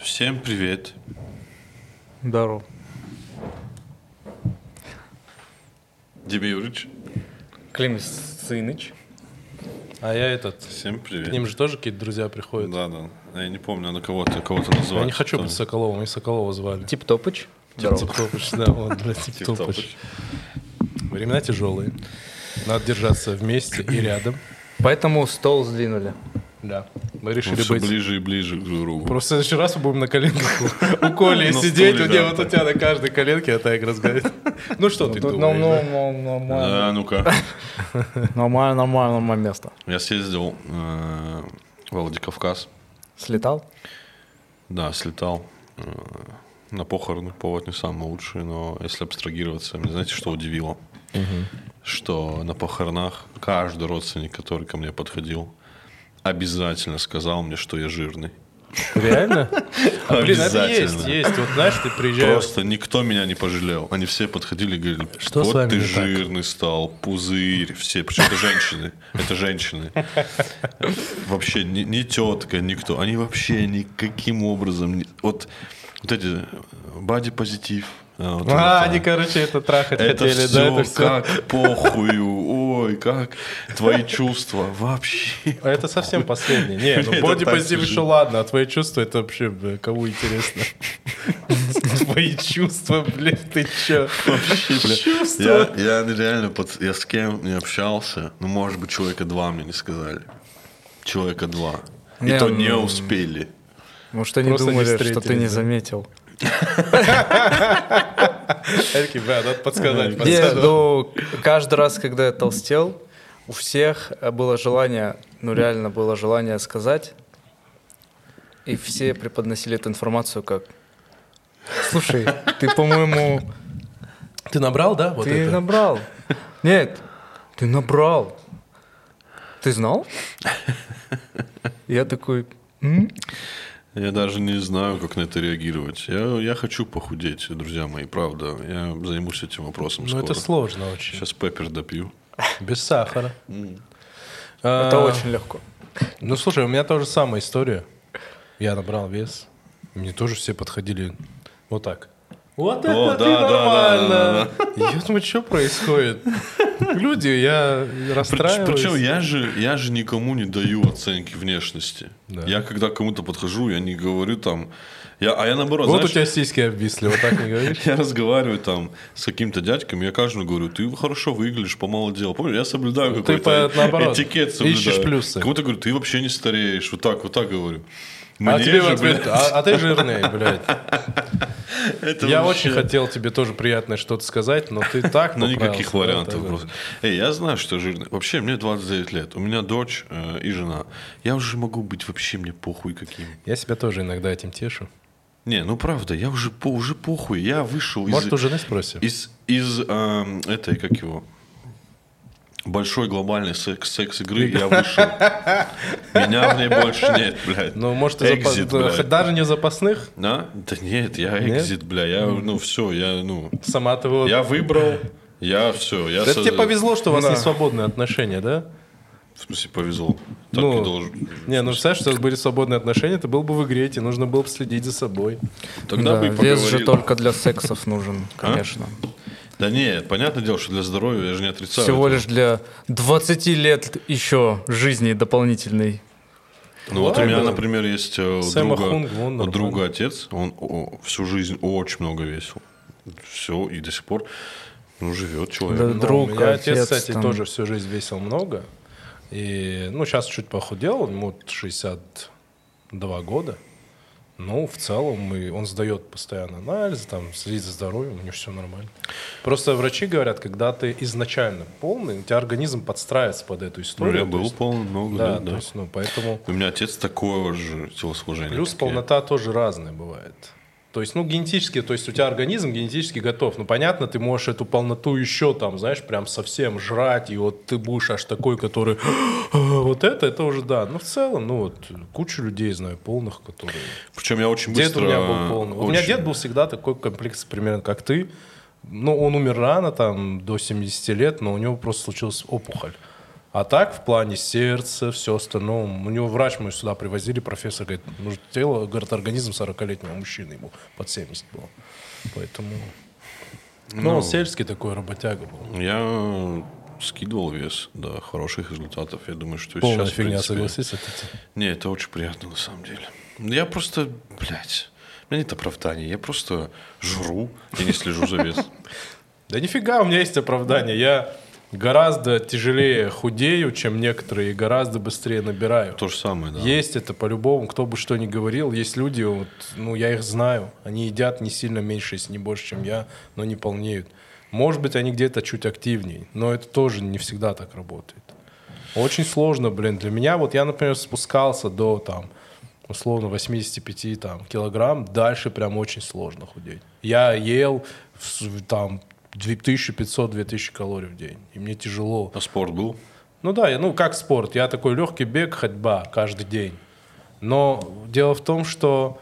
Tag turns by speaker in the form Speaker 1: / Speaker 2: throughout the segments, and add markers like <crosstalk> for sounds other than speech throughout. Speaker 1: Всем привет.
Speaker 2: Здорово.
Speaker 1: Дима Юрьевич,
Speaker 3: Клим Сыныч.
Speaker 4: А я этот.
Speaker 1: всем привет.
Speaker 4: К ним же тоже какие-то друзья приходят.
Speaker 1: Да, да. Я не помню, она кого-то, кого-то называла.
Speaker 4: Я не хочу
Speaker 1: Там.
Speaker 4: быть Соколовым, они Соколова звали.
Speaker 3: Тип Топыч.
Speaker 4: Тип-топыч,
Speaker 1: <laughs>
Speaker 4: да, вот, да,
Speaker 1: Типа
Speaker 4: тип-топыч. Времена тяжелые. Надо держаться вместе и рядом.
Speaker 3: Поэтому стол сдвинули.
Speaker 4: Да. Мы
Speaker 1: Мы
Speaker 4: решили
Speaker 1: все
Speaker 4: быть...
Speaker 1: ближе и ближе к другу.
Speaker 4: Просто в следующий раз мы будем на коленках у у Коли
Speaker 1: На
Speaker 4: сидеть,
Speaker 1: стуле,
Speaker 4: у меня
Speaker 1: Ну, да.
Speaker 4: вот у тебя на каждой коленке, а так разговаривает. <laughs> Ну что ты
Speaker 3: Тут нам-
Speaker 4: думаешь?
Speaker 3: нам- нам- нормально,
Speaker 1: Да, ну-ка.
Speaker 3: нормально, нормально, нормально место.
Speaker 1: Я съездил э, в Владикавказ.
Speaker 3: Слетал?
Speaker 1: Да, слетал. э, На похороны повод не самый лучший, но если абстрагироваться, мне знаете, что удивило? Что на похоронах каждый родственник, который ко мне подходил, обязательно сказал мне, что я жирный.
Speaker 4: Реально? А, Блин, это
Speaker 1: Обязательно.
Speaker 4: есть, есть. Вот знаешь, ты приезжаешь...
Speaker 1: Просто никто меня не пожалел. Они все подходили и говорили,
Speaker 4: Что с
Speaker 1: вот
Speaker 4: вами
Speaker 1: ты
Speaker 4: не так?»
Speaker 1: жирный стал, пузырь, все. Причем это женщины. Это женщины. Вообще ни, ни тетка, никто. Они вообще никаким образом... не- Вот, вот эти э, бади-позитив. а, вот
Speaker 4: А,
Speaker 1: это.
Speaker 4: они, короче, это трахать
Speaker 1: Это
Speaker 4: хотели,
Speaker 1: все
Speaker 4: да, это все.
Speaker 1: как похую, ой, как твои чувства вообще.
Speaker 4: А это совсем последний. Не,
Speaker 1: <laughs> Это
Speaker 4: ну боди
Speaker 1: так
Speaker 4: позитив
Speaker 1: же.
Speaker 4: еще ладно, а твои чувства это вообще, бля, кому интересно? <laughs> Твои чувства, блядь, ты чё?
Speaker 1: Вообще, бля,
Speaker 4: Чувства.
Speaker 1: Я, я реально под, я с кем не общался, ну, может быть, человека два мне не сказали. Человека два. И
Speaker 3: Не,
Speaker 1: то не
Speaker 3: м.
Speaker 1: успели.
Speaker 3: Может, они
Speaker 4: Просто не
Speaker 3: думали, Ну, что
Speaker 4: встретились,
Speaker 3: ты не
Speaker 4: да.
Speaker 3: заметил.
Speaker 4: Я такие, бля, надо
Speaker 1: Э,
Speaker 4: подсказать,
Speaker 3: Не,
Speaker 4: пацану.
Speaker 3: ну, каждый раз, когда я толстел, у всех э, было желание, ну реально было желание сказать, и все преподносили эту информацию как «Слушай, ты, по-моему,
Speaker 4: Ты набрал, да, вот
Speaker 3: ты
Speaker 4: это?
Speaker 3: набрал». Нет, ты набрал. Ты знал? Я такой, «М?
Speaker 1: Я даже не знаю, как на это реагировать. Я, я хочу похудеть, друзья мои, правда. Я займусь этим вопросом
Speaker 4: Ну
Speaker 1: скоро.
Speaker 4: это сложно очень.
Speaker 1: Сейчас пеппер допью.
Speaker 4: Без сахара. А,
Speaker 3: это очень легко.
Speaker 4: Ну слушай, у меня тоже самая история. Я набрал вес. Мне тоже все подходили вот так. Вот это
Speaker 1: да,
Speaker 4: ты
Speaker 1: да, да,
Speaker 4: нормально. Я думаю, что происходит? Люди, я
Speaker 1: Прич-
Speaker 4: расстраиваюсь.
Speaker 1: Причем я же, я же никому не даю оценки внешности.
Speaker 4: Да.
Speaker 1: Я когда к кому-то подхожу, я не говорю там... Я, а я наоборот,
Speaker 4: Вот
Speaker 1: знаешь,
Speaker 4: у тебя сиськи обвисли, вот так не говоришь?
Speaker 1: <laughs> Я разговариваю там с каким-то дядьком, я каждому говорю, ты хорошо выглядишь, помолодел. Помню, я соблюдаю
Speaker 4: Ты
Speaker 1: какой-то
Speaker 4: по- наоборот,
Speaker 1: этикет. Соблюдаю.
Speaker 4: ищешь плюсы.
Speaker 1: Кому-то говорю, ты вообще не стареешь. Вот так, вот так говорю.
Speaker 4: А
Speaker 1: Мне
Speaker 4: тебе в
Speaker 1: же,
Speaker 4: ответ,
Speaker 1: блядь,
Speaker 4: а, а ты жирный, блядь. <laughs>
Speaker 1: это
Speaker 4: Я
Speaker 1: вообще-
Speaker 4: очень хотел тебе тоже приятное что-то сказать, но ты так
Speaker 1: Ну,
Speaker 4: поправился,
Speaker 1: никаких
Speaker 4: да,
Speaker 1: вариантов
Speaker 4: так
Speaker 1: просто.
Speaker 4: вот.
Speaker 1: Эй, я знаю, что я жирный. Вообще, мне 29 лет. У меня дочь э, и жена. Я уже могу быть вообще мне похуй каким.
Speaker 4: Я себя тоже иногда этим тешу.
Speaker 1: Не, ну правда, я уже, по, уже похуй. Я вышел из...
Speaker 4: Может, у жены спросим?
Speaker 1: Из, из эм, этой, как его, большой глобальной секс-
Speaker 4: <laughs>
Speaker 1: секс-игры я вышел. Меня в ней больше нет, блядь.
Speaker 4: Ну, может, и запас-
Speaker 1: Экзит, блядь.
Speaker 4: даже не запасных,
Speaker 1: Да? Да нет, я
Speaker 4: Нет?
Speaker 1: экзит, бля. Я, ну, все, я, ну...
Speaker 4: сама ты вот...
Speaker 1: Я выбрал, я все. Я
Speaker 4: Да это
Speaker 1: со-
Speaker 4: тебе повезло, что у вас
Speaker 3: Да.
Speaker 4: не свободные отношения, да?
Speaker 1: В смысле, повезло. Так
Speaker 4: Ну,
Speaker 1: и должен.
Speaker 4: Не, ну представляешь, что у вас были свободные отношения, ты был бы в игре, тебе нужно было бы следить за собой.
Speaker 1: Тогда
Speaker 3: Да,
Speaker 1: бы и
Speaker 3: вес
Speaker 1: поговорили.
Speaker 3: же только для сексов нужен,
Speaker 4: А?
Speaker 3: конечно.
Speaker 1: Да нет, понятное дело, что для здоровья я же не отрицаю.
Speaker 3: Всего
Speaker 1: этого.
Speaker 3: лишь для 20 лет еще жизни дополнительной.
Speaker 1: Ну вот у меня,
Speaker 4: Ладно.
Speaker 1: например, есть э, у
Speaker 4: Сэма
Speaker 1: друга,
Speaker 4: Хунг, вон,
Speaker 1: у
Speaker 4: нормально.
Speaker 1: друга отец, он о, всю жизнь очень много весил. Все, и до сих пор ну, живет человек.
Speaker 3: Да,
Speaker 4: Ну,
Speaker 3: Друг,
Speaker 4: у меня отец,
Speaker 3: отец,
Speaker 4: кстати,
Speaker 3: там.
Speaker 4: тоже всю жизнь весил много. И, ну, сейчас чуть похудел, ему 62 года. Ну, в целом, мы, он сдает постоянно анализы, там, следит за здоровьем, у него все нормально. Просто врачи говорят, когда ты изначально полный, у тебя организм подстраивается под эту
Speaker 1: Ну,
Speaker 4: историю.
Speaker 1: я
Speaker 4: то
Speaker 1: был
Speaker 4: есть-
Speaker 1: полный много,
Speaker 4: Да,
Speaker 1: да,
Speaker 4: то
Speaker 1: да.
Speaker 4: есть, ну, поэтому...
Speaker 1: У меня отец такое же телосложение.
Speaker 4: Плюс
Speaker 1: как я.
Speaker 4: полнота тоже разная бывает. То есть, ну, генетически, то есть у тебя организм генетически готов. Ну, понятно, ты можешь эту полноту еще там, знаешь, прям совсем жрать, и вот ты будешь аж такой, который «А, вот это, это уже да. Но в целом, ну, вот кучу людей знаю полных, которые...
Speaker 1: Причем я очень
Speaker 4: Дед
Speaker 1: быстро...
Speaker 4: у меня был полный. Вот У меня
Speaker 1: очень-
Speaker 4: дед был всегда такой комплекс примерно как ты. Ну, он умер рано, там, до 70 лет, но у него просто случилась опухоль. А так, в плане сердца, все остальное, у него врач мы сюда привозили, профессор говорит, может, тело, говорит, организм 40-летнего мужчины, ему под 70 было. Поэтому... Ну, он сельский такой работяга был.
Speaker 1: Я скидывал вес до хороших результатов. Я думаю, что и
Speaker 4: Полная
Speaker 1: сейчас... в
Speaker 4: фигня,
Speaker 1: принципе-
Speaker 4: согласись, это те-
Speaker 1: Не, это очень приятно на самом деле. Ну, Я просто, блядь, у меня нет оправданий. Я просто жру и не слежу за весом.
Speaker 4: Да нифига, у меня есть оправдание. Я гораздо тяжелее худею, чем некоторые, и гораздо быстрее набираю.
Speaker 1: То же самое, да.
Speaker 4: Есть это по-любому, кто бы что ни говорил. Есть люди, вот, ну, я их знаю, они едят не сильно меньше, если не больше, чем я, но не полнеют. Может быть, они где-то чуть активнее, но это тоже не всегда так работает. Очень сложно, блин, для меня. Вот я, например, спускался до, там, условно, 85 там, килограмм, дальше прям очень сложно худеть. Я ел, с- там, 2500-2000 калорий в день, и мне тяжело.
Speaker 1: А спорт был?
Speaker 4: Ну да, я- ну как спорт. Я такой легкий бег, ходьба каждый день. Но дело в том, что...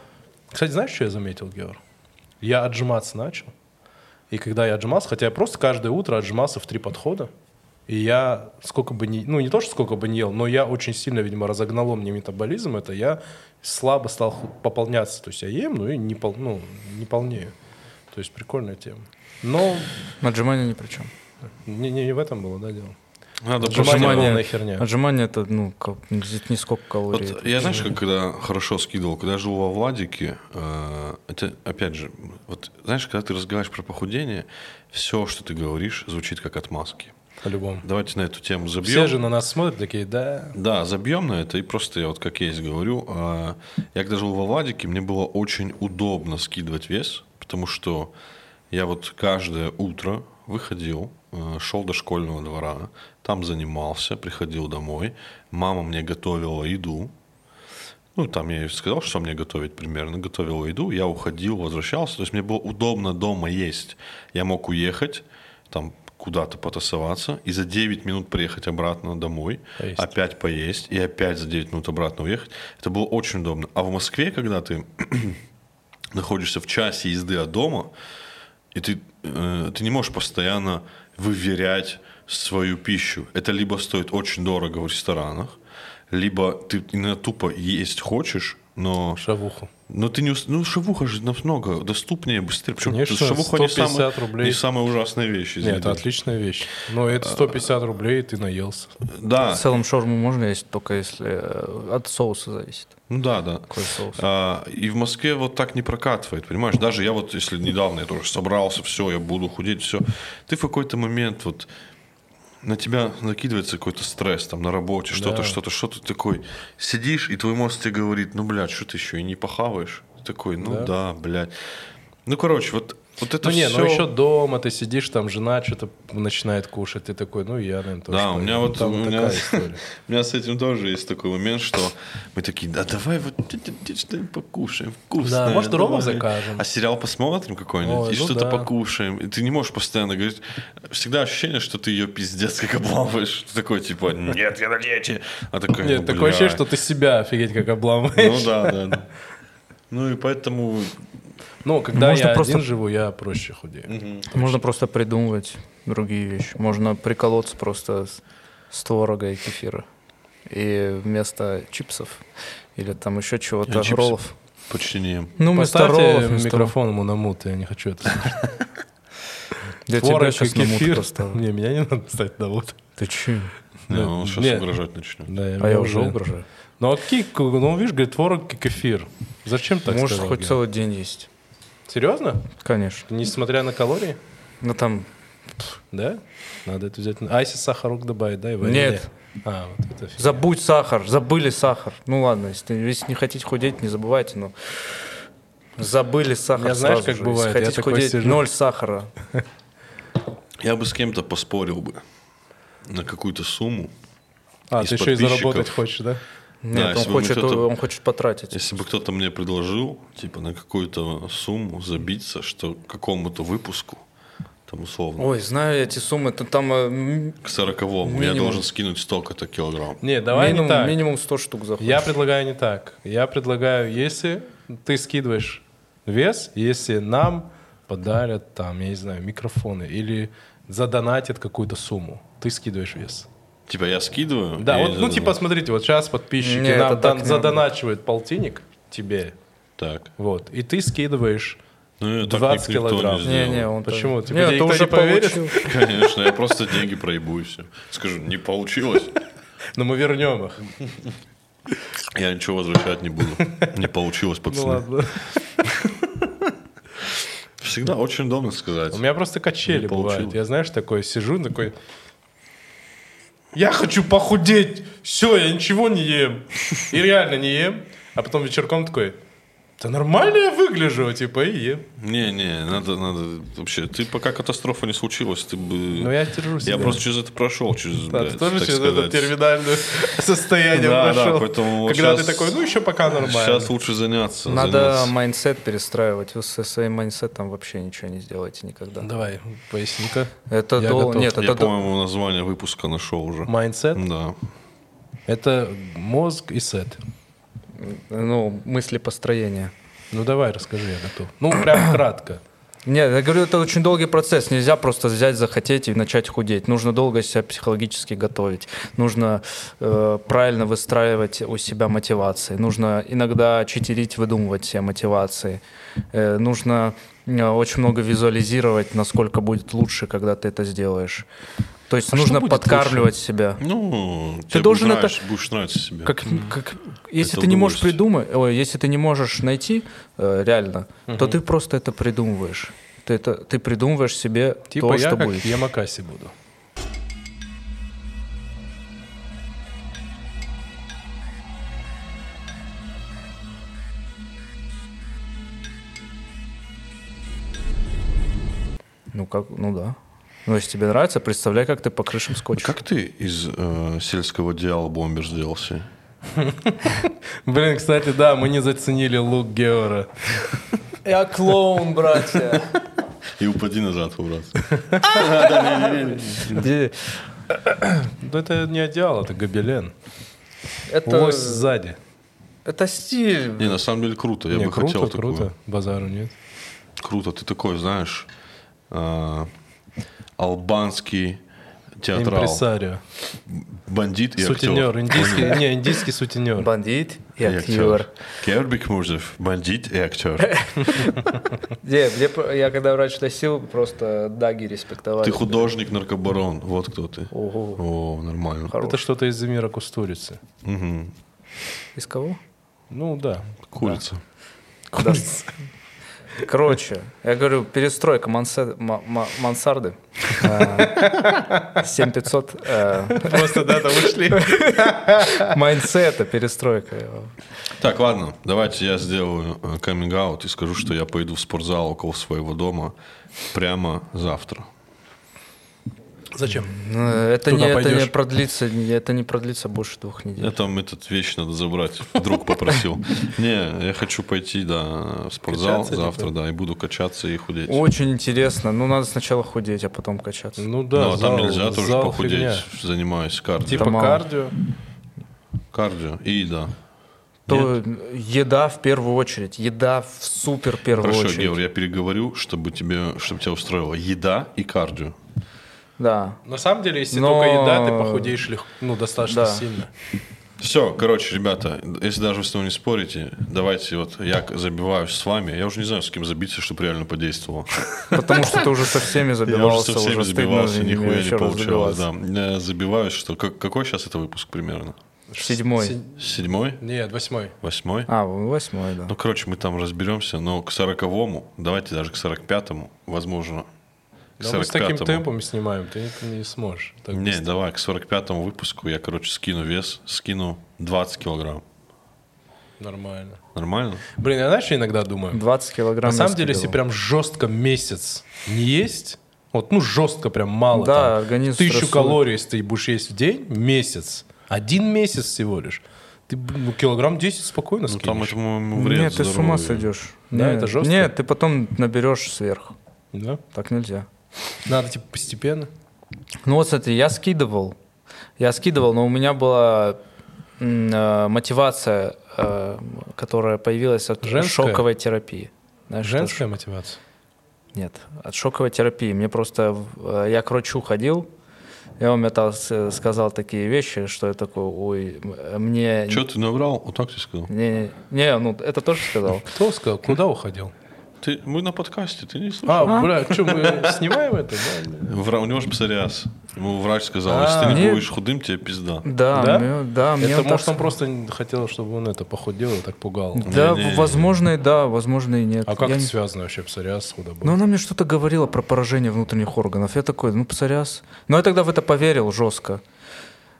Speaker 4: Кстати, знаешь, что я заметил, Георг? Я отжиматься начал. И когда я отжимался, хотя я просто каждое утро отжимался в три подхода, и я сколько бы ни... Ну, не то, что сколько бы ни ел, но я очень сильно, видимо, разогнало мне метаболизм. Это я слабо стал ху- пополняться. То есть я ем, ну и не, пол, ну, не полнею. То есть прикольная тема. Но
Speaker 3: Отжимания ни при чем.
Speaker 4: не, не, не в этом было, да, дело?
Speaker 1: Надо
Speaker 4: Отжимания
Speaker 1: просто-
Speaker 3: Отжимания-
Speaker 4: полная херня.
Speaker 3: Отжимания это, ну, как, не сколько калорий.
Speaker 1: Вот
Speaker 3: это.
Speaker 1: я, знаешь, как когда хорошо скидывал, когда я жил во Владике, э, это, опять же, вот, знаешь, когда ты разговариваешь про похудение, все, что ты говоришь, звучит как отмазки.
Speaker 4: По-любому.
Speaker 1: Давайте на эту тему забьем.
Speaker 4: Все же на нас смотрят такие, да.
Speaker 1: Да, забьем на это, и просто я вот как есть говорю, а, я когда жил во Владике, мне было очень удобно скидывать вес, потому что я вот каждое утро выходил, э, шел до школьного двора, там занимался, приходил домой, мама мне готовила еду, ну, там я ей сказал, что мне готовить примерно. Готовил еду, я уходил, возвращался. То есть мне было удобно дома есть. Я мог уехать, там куда-то потасоваться, и за 9 минут приехать обратно домой,
Speaker 4: Поесть.
Speaker 1: опять поесть, и опять за 9 минут обратно уехать. Это было очень удобно. А в Москве, когда ты находишься в часе езды от дома, и ты, э, ты не можешь постоянно выверять свою пищу. Это либо стоит очень дорого в ресторанах, либо ты иногда тупо есть хочешь, но,
Speaker 4: Шавуху.
Speaker 1: но ты не... ус- Ну, шавуха же намного доступнее, быстрее. Причем
Speaker 4: Конечно,
Speaker 1: шавуха не
Speaker 4: 150
Speaker 1: самая,
Speaker 4: рублей.
Speaker 1: не самая ужасная вещь. из
Speaker 4: Нет,
Speaker 1: еды.
Speaker 4: это отличная вещь. А, Ну, Но Ну, это 150 рублей, и ты наелся.
Speaker 1: Да,
Speaker 3: В целом шорму можно есть, только если э, от соуса зависит.
Speaker 1: ну да, да.
Speaker 3: Какой соус?
Speaker 1: А, и в Москве вот так не прокатывает, понимаешь? Даже я вот, если недавно я тоже собрался, все, я буду худеть, все. Ты в какой-то момент вот на тебя накидывается какой-то стресс там на работе, что-то,
Speaker 4: Да.
Speaker 1: что-то, что-то ты такой. Сидишь, и твой мозг тебе говорит, ну, блядь, что ты еще и не похаваешь? Ты такой, ну да, блядь. Ну, короче, вот, вот это
Speaker 4: ну не,
Speaker 1: все...
Speaker 4: ну еще дома ты сидишь, там жена что-то начинает кушать, ты такой, ну я, наверное, тоже.
Speaker 1: Да, у меня
Speaker 4: поем.
Speaker 1: вот <laughs>
Speaker 4: Там
Speaker 1: у, меня,
Speaker 4: такая история.
Speaker 1: у меня с этим тоже есть такой момент, что мы такие, да давай вот т- т- т- что-нибудь покушаем, вкусно.
Speaker 4: Да, может, роллов закажем.
Speaker 1: А сериал посмотрим какой-нибудь
Speaker 4: Ой,
Speaker 1: и
Speaker 4: ну
Speaker 1: что-то
Speaker 4: да.
Speaker 1: покушаем. И ты не можешь постоянно говорить. Всегда ощущение, что ты ее пиздец как обламываешь. Ты такой, типа, нет, я на диете. А такой,
Speaker 4: Нет,
Speaker 1: «Ну,
Speaker 4: такое
Speaker 1: блядь».
Speaker 4: ощущение, что ты себя офигеть как обламываешь.
Speaker 1: Ну да, да, да. Ну и поэтому...
Speaker 4: Ну, когда
Speaker 3: Можно
Speaker 4: я
Speaker 3: просто-
Speaker 4: один живу, я проще худею.
Speaker 3: Можно просто придумывать другие вещи. Можно приколоться просто с, с творога и кефира. И вместо чипсов или там еще
Speaker 1: Я
Speaker 3: чего-то,
Speaker 1: чипсы
Speaker 3: роллов.
Speaker 1: Почти не ем.
Speaker 3: Ну, вместо
Speaker 4: Поставьте
Speaker 3: роллов, вместо
Speaker 4: микрофон ему на мут, я не хочу это слышать.
Speaker 3: Я
Speaker 4: Творог
Speaker 3: тебя
Speaker 4: и
Speaker 3: сейчас на мут
Speaker 4: кефир. <laughs>
Speaker 3: поставлю.
Speaker 4: Не, меня не надо ставить на мут.
Speaker 3: Ты че?
Speaker 1: Не,
Speaker 4: Да,
Speaker 1: Он сейчас
Speaker 4: не.
Speaker 1: угрожать начнет.
Speaker 4: Да,
Speaker 3: А
Speaker 4: меня
Speaker 3: я уже угрожаю.
Speaker 4: Ну, а какие, ну, видишь, говорит, творог и кефир. Зачем так
Speaker 3: Можешь
Speaker 4: сказал,
Speaker 3: хоть
Speaker 4: Гена?
Speaker 3: целый день есть.
Speaker 4: Серьезно?
Speaker 3: Конечно.
Speaker 4: Несмотря на калории?
Speaker 3: Ну там
Speaker 4: Да? Надо это взять. на- А если сахарок добавить, да, и варенье?
Speaker 3: Нет.
Speaker 4: А, вот это фиг.
Speaker 3: забудь сахар, забыли сахар. Ну ладно, если, если не хотите худеть, не забывайте, но забыли сахар.
Speaker 4: Я знаешь,
Speaker 3: сразу
Speaker 4: как
Speaker 3: же.
Speaker 4: бывает, я
Speaker 3: Если хотите
Speaker 4: такой
Speaker 3: худеть,
Speaker 4: сижу.
Speaker 3: ноль сахара.
Speaker 1: Я бы с кем-то поспорил бы на какую-то сумму.
Speaker 4: А,
Speaker 1: из
Speaker 4: ты еще и
Speaker 1: подписчиков.
Speaker 4: заработать хочешь, да?
Speaker 1: Да,
Speaker 3: Нет, он,
Speaker 1: если бы мы
Speaker 3: хочет,
Speaker 1: что-то-
Speaker 3: он хочет потратить.
Speaker 1: Если бы кто-то мне предложил, типа, на какую-то сумму забиться, что к какому-то выпуску, там, условно,
Speaker 3: Ой, знаю эти суммы, это там э, м-
Speaker 1: к сороковому, я
Speaker 3: минимум.
Speaker 1: должен скинуть столько-то килограмм.
Speaker 4: Не, давай
Speaker 3: минимум,
Speaker 4: не так.
Speaker 3: минимум 100 штук заходит.
Speaker 4: Я предлагаю не так. Я предлагаю, если ты скидываешь вес, если нам подарят там, я не знаю, микрофоны или задонатят какую-то сумму, ты скидываешь вес.
Speaker 1: Типа я скидываю.
Speaker 4: Да,
Speaker 1: и
Speaker 4: вот, ну,
Speaker 1: задаю.
Speaker 4: типа, смотрите, вот сейчас подписчики
Speaker 2: Не,
Speaker 4: нам
Speaker 2: это так
Speaker 4: дон-
Speaker 2: не
Speaker 4: задоначивают полтинник тебе,
Speaker 1: Так.
Speaker 4: вот, и ты скидываешь.
Speaker 1: Ну, я
Speaker 4: 20
Speaker 1: так никто
Speaker 4: килограмм.
Speaker 1: не
Speaker 2: Не,
Speaker 1: сделал.
Speaker 2: не, он
Speaker 4: Почему? Тебе
Speaker 2: Тебе
Speaker 4: никто не поверит?
Speaker 1: Конечно, я просто деньги проебу и все. Скажу, не получилось,
Speaker 4: Но ну, мы вернем их.
Speaker 1: я ничего возвращать не буду. Не получилось,
Speaker 4: Ну
Speaker 1: пацаны.
Speaker 4: ладно.
Speaker 1: Всегда очень удобно сказать.
Speaker 4: У меня просто качели
Speaker 1: Не
Speaker 4: бывают.
Speaker 1: получилось.
Speaker 4: Я, знаешь, такой сижу, такой... Я хочу похудеть! Все, я ничего не ем. И реально не ем. А потом вечерком такой... Да нормально я выгляжу, типа, и ем.
Speaker 1: Не-не, надо, надо. Вообще, ты пока катастрофа не случилась, ты бы.
Speaker 4: Но Ну, я держу себя.
Speaker 1: Я просто через это прошел, через,
Speaker 4: Да, ты
Speaker 1: блядь,
Speaker 4: тоже
Speaker 1: так
Speaker 4: через это
Speaker 1: сказать.
Speaker 4: терминальное <laughs> состояние
Speaker 1: Да, да,
Speaker 4: прошел.
Speaker 1: поэтому вот
Speaker 4: Когда
Speaker 1: щас-
Speaker 4: ты такой, ну еще пока нормально.
Speaker 1: Сейчас лучше заняться.
Speaker 2: Надо
Speaker 1: заняться.
Speaker 2: майндсет перестраивать. Вы со своим майндсетом вообще ничего не сделаете никогда.
Speaker 4: Давай, поясни-ка.
Speaker 2: Это
Speaker 4: Я
Speaker 2: долго.
Speaker 4: готов.
Speaker 2: Нет,
Speaker 1: Я,
Speaker 2: это дол-
Speaker 1: по-моему, название выпуска нашел уже.
Speaker 4: Майндсет
Speaker 1: Да.
Speaker 4: — это мозг и сет.
Speaker 2: ну, мысли построения.
Speaker 4: Ну давай, расскажи, я готов. Ну, прям кратко.
Speaker 2: Нет, я говорю, это очень долгий процесс. Нельзя просто взять, захотеть и начать худеть. Нужно долго себя психологически готовить. Нужно э, правильно выстраивать у себя мотивации. Нужно иногда читерить, выдумывать себе мотивации. Э, нужно э, очень много визуализировать, насколько будет лучше, когда ты это сделаешь. То есть
Speaker 4: А что
Speaker 2: нужно
Speaker 4: будет
Speaker 2: подкармливать себя.
Speaker 1: Ну, ты
Speaker 2: должен
Speaker 1: должен это... будешь нравиться себе.
Speaker 2: Как, как- если
Speaker 1: Это
Speaker 2: ты не можешь
Speaker 1: удовольствие.
Speaker 2: придумать, ой, если ты не можешь найти э, реально, то ты просто это придумываешь. Ты, это, ты придумываешь себе
Speaker 4: Типа
Speaker 2: то,
Speaker 4: я
Speaker 2: что
Speaker 4: как
Speaker 2: будет.
Speaker 4: в Ямакасе буду.
Speaker 2: Ну как, ну да. Ну если тебе нравится, представляй, как ты по крышам скотчешь.
Speaker 1: А Как ты из э, сельского диала бомбер сделался?
Speaker 4: Блин, кстати, да, мы не заценили лук Геора.
Speaker 2: Я клоун, братья.
Speaker 1: И упади назад, брат.
Speaker 4: Ну это не одеяло, это гобелен.
Speaker 2: Это,
Speaker 4: Лось сзади.
Speaker 2: это стиль.
Speaker 1: Не, на самом деле круто. Я
Speaker 4: не,
Speaker 1: бы
Speaker 4: круто,
Speaker 1: хотел такое.
Speaker 4: круто. Базару нет.
Speaker 1: Круто. Ты такой, знаешь, э, албанский театрал.
Speaker 4: Импресарио.
Speaker 1: Бандит и
Speaker 4: Сутенер.
Speaker 1: актер.
Speaker 4: Индийский, не, индийский сутенер.
Speaker 2: Бандит и актер.
Speaker 1: актер. Кербик Мурзев, бандит и актер.
Speaker 2: Где, где п- я когда врач носил, просто даги респектовали.
Speaker 1: Ты художник, наркобарон. Вот кто ты.
Speaker 2: Ого.
Speaker 1: О, нормально.
Speaker 2: Хоро-
Speaker 4: Это что-то из мира Кустурицы.
Speaker 1: Мгм.
Speaker 2: Из кого?
Speaker 4: Ну да.
Speaker 1: Курица.
Speaker 4: Кустурица.
Speaker 2: Короче, я говорю, перестройка мансе- ма- ма- мансарды. Э, 7500. э,
Speaker 4: Просто да, там ушли.
Speaker 2: Майндсета, перестройка.
Speaker 1: Так, ладно, давайте я сделаю каминг аут и скажу, что я пойду в спортзал около своего дома прямо завтра.
Speaker 4: Зачем?
Speaker 2: Ну, Это
Speaker 4: Туда
Speaker 2: не, это не
Speaker 4: пойдешь.
Speaker 2: продлится, не- это не продлится больше двух
Speaker 1: Я
Speaker 2: недель.
Speaker 1: там этот вещь надо забрать. Друг
Speaker 4: <laughs>
Speaker 1: попросил. Не, я хочу пойти, да, в спортзал
Speaker 4: Качаться,
Speaker 1: завтра,
Speaker 4: типа?
Speaker 1: да, и буду качаться и худеть.
Speaker 2: Очень интересно. Ну, надо сначала худеть, а потом качаться.
Speaker 4: Ну
Speaker 1: Ну,
Speaker 4: да,
Speaker 1: а там
Speaker 4: зал-
Speaker 1: нельзя тоже
Speaker 4: зал
Speaker 1: похудеть.
Speaker 4: фигня.
Speaker 1: Занимаюсь кардио.
Speaker 4: Типа
Speaker 2: мало.
Speaker 4: кардио.
Speaker 1: Кардио и еда.
Speaker 2: То еда в первую очередь. Еда в супер первую
Speaker 1: Хорошо,
Speaker 2: очередь.
Speaker 1: Георг, я переговорю, чтобы тебе, чтобы тебя устроило еда и кардио.
Speaker 2: Да.
Speaker 4: На самом деле, если
Speaker 2: Но-
Speaker 4: только еда, ты похудеешь легко, ну, достаточно
Speaker 2: Да.
Speaker 4: сильно.
Speaker 1: Все, короче, ребята, если даже вы с мной не спорите, давайте вот я к- забиваюсь с вами. Я уже не знаю, с кем забиться, чтобы реально
Speaker 2: <laughs>
Speaker 1: подействовало.
Speaker 2: Потому что ты уже со всеми
Speaker 1: Я уже
Speaker 2: забивался.
Speaker 1: со всеми
Speaker 2: уже стыдно
Speaker 1: забивался, нихуя не
Speaker 2: еще раз
Speaker 1: получалось.
Speaker 2: забиваться.
Speaker 1: Да. Э, Забиваюсь, что... как- Какой сейчас это выпуск примерно?
Speaker 2: Седьмой.
Speaker 4: Се-
Speaker 1: Седьмой?
Speaker 4: Нет, восьмой.
Speaker 1: Восьмой?
Speaker 2: А, восьмой, да.
Speaker 1: Ну, короче, мы там разберемся, но к сороковому, давайте даже к сорок пятому, возможно. К
Speaker 4: Да мы с таким
Speaker 1: 45-му.
Speaker 4: темпом снимаем, ты это не сможешь. Так
Speaker 1: Не,
Speaker 4: быстро.
Speaker 1: давай, к 45-му выпуску я, короче, скину вес, скину 20 килограмм.
Speaker 4: Нормально.
Speaker 1: Нормально?
Speaker 4: Блин, я знаешь, что иногда думаю?
Speaker 2: 20 килограмм.
Speaker 4: На
Speaker 2: я
Speaker 4: самом деле,
Speaker 2: скидывал.
Speaker 4: если прям жестко месяц не есть, вот, ну, жестко прям мало.
Speaker 2: Да,
Speaker 4: там,
Speaker 2: организм
Speaker 4: Тысячу
Speaker 2: стрессует.
Speaker 4: калорий, если ты будешь есть в день, месяц. Один месяц всего лишь. Ты, блин, ну, килограмм 10 спокойно
Speaker 1: Ну,
Speaker 4: скинешь.
Speaker 1: там это, по-моему, вред
Speaker 2: Нет, ты с ума
Speaker 1: здоровью.
Speaker 2: сойдешь.
Speaker 4: Да,
Speaker 2: Нет.
Speaker 4: это жестко.
Speaker 2: Нет, ты потом наберешь сверху.
Speaker 4: Да?
Speaker 2: Так нельзя.
Speaker 4: Надо, типа, постепенно.
Speaker 2: Ну вот, смотри, я скидывал. Я скидывал, но у меня была м, э, мотивация, э, которая появилась от
Speaker 4: Женская?
Speaker 2: шоковой терапии. Знаешь, А что
Speaker 4: Женская мотивация.
Speaker 2: Нет, от шоковой терапии. Мне просто... в- э, Я к врачу ходил, И он мне там с- сказал такие вещи, что я такой, ой, м- мне...
Speaker 1: Че ты наврал? Вот так ты сказал.
Speaker 2: Не, не, ну это тоже сказал.
Speaker 4: Кто сказал? Куда уходил?
Speaker 1: Ты, мы на подкасте, ты не слышал?
Speaker 4: А, бля, что, мы снимаем это? да?
Speaker 1: Вра- у него же псориаз. Ему врач сказал, если ты не
Speaker 2: А, нет.
Speaker 1: будешь худым, тебе пизда.
Speaker 2: Да,
Speaker 4: Да?
Speaker 2: мне- да, А мне
Speaker 4: Это,
Speaker 2: он так
Speaker 4: может, он
Speaker 2: сказал.
Speaker 4: просто не хотел, чтобы он это похудел и так пугал.
Speaker 2: Да,
Speaker 1: Не-не-не.
Speaker 2: возможно, и да, возможно, и нет.
Speaker 4: А как
Speaker 2: Я
Speaker 4: это
Speaker 2: не-
Speaker 4: связано вообще псориаз с худобой?
Speaker 2: Ну, она мне что-то говорила про поражение внутренних органов. Я такой, ну, псориаз. Но я тогда в это поверил жестко,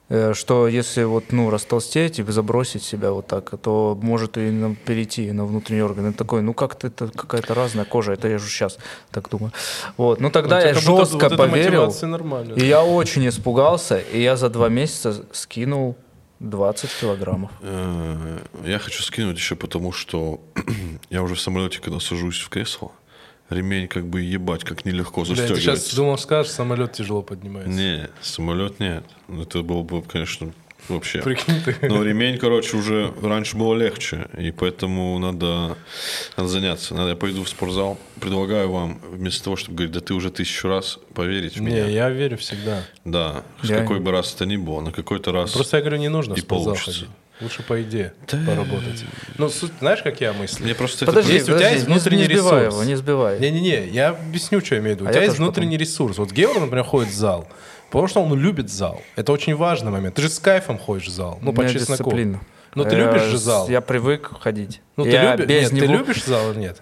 Speaker 2: э, что если вот, ну, растолстеть и забросить себя вот так, то может и на- перейти на внутренний орган. Я такой, ну, как-то это какая-то разная кожа, это я же сейчас так думаю. Вот, ну, тогда
Speaker 4: Вот
Speaker 2: я
Speaker 4: это будто-
Speaker 2: жестко
Speaker 4: вот эта
Speaker 2: поверил,
Speaker 4: мотивация нормальная.
Speaker 2: и я очень испугался, и я за два месяца скинул 20 килограммов.
Speaker 1: Э, Я хочу скинуть еще потому, что <clears throat> я уже в самолете, когда сажусь в кресло, ремень как бы ебать, как нелегко
Speaker 2: Ну
Speaker 4: Бля, ты
Speaker 1: застегивается.
Speaker 4: сейчас думал, скажешь, самолет тяжело поднимается.
Speaker 1: Не, самолет нет. Ну, Это было бы, конечно, вообще.
Speaker 4: <laughs> Прикинь
Speaker 2: <laughs>
Speaker 4: ты.
Speaker 1: Но ремень, короче, уже раньше было легче, и поэтому надо, надо заняться. Надо, я пойду в спортзал. Предлагаю вам, вместо того, чтобы говорить, да ты уже тысячу раз поверить в меня.
Speaker 4: Не, я верю всегда.
Speaker 1: Да, с
Speaker 2: Я-
Speaker 1: какой бы раз это ни было, на какой-то раз.
Speaker 4: Просто я говорю, не нужно в
Speaker 1: И
Speaker 4: спортзал
Speaker 1: получится.
Speaker 4: ходить. Лучше по идее поработать. Ну, суть, знаешь, как я мыслю?
Speaker 1: Мне просто
Speaker 2: Подожди,
Speaker 1: это...
Speaker 4: Есть у тебя
Speaker 2: подожди,
Speaker 4: есть
Speaker 2: не- не
Speaker 4: внутренний
Speaker 2: сбивай
Speaker 4: ресурс.
Speaker 2: его, не сбивай.
Speaker 4: Не-не-не, я объясню, что я имею в виду.
Speaker 2: А
Speaker 4: У тебя
Speaker 2: я
Speaker 4: есть
Speaker 2: тоже
Speaker 4: внутренний ресурс. Вот Геор, например, ходит в зал, потому что он любит зал. Это очень важный момент. Ты же с кайфом ходишь в зал, ну,
Speaker 2: У
Speaker 4: по
Speaker 2: меня
Speaker 4: чесноку.
Speaker 2: дисциплина.
Speaker 4: Ну, ты
Speaker 2: Я-
Speaker 4: любишь же зал.
Speaker 2: Я привык ходить.
Speaker 4: Ну, ты,
Speaker 2: я
Speaker 4: люби-
Speaker 2: без
Speaker 4: нет, ты
Speaker 2: него-
Speaker 4: любишь зал или нет?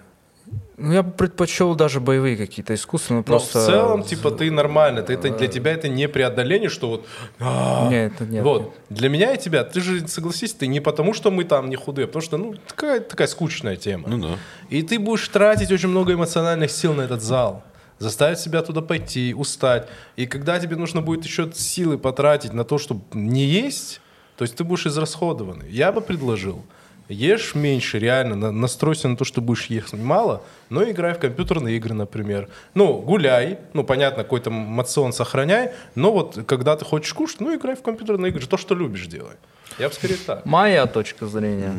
Speaker 2: Ну, я бы предпочел даже боевые какие-то искусства, но
Speaker 4: Но
Speaker 2: <laughs> просто...
Speaker 4: в целом, типа, ты нормально.
Speaker 2: <laughs>
Speaker 4: Ты, это, для тебя это не преодоление, что вот... «А,
Speaker 2: Нет, это нет.
Speaker 4: Вот, для меня и тебя, ты же согласись, ты не потому, что мы там не худые, а потому что, ну, такая, такая скучная тема.
Speaker 1: Ну да.
Speaker 4: И ты будешь тратить очень много эмоциональных сил на этот зал. Заставить себя туда пойти, устать. И когда тебе нужно будет еще силы потратить на то, чтобы не есть, то есть ты будешь израсходованный. Я бы предложил, ешь меньше, реально, на- настройся на то, что будешь есть мало, но играй в компьютерные игры, например. Ну, гуляй, ну, понятно, какой-то мацион сохраняй, но вот когда ты хочешь кушать, ну, играй в компьютерные игры, то, что любишь, делай. Я бы скорее так.
Speaker 2: Моя точка зрения.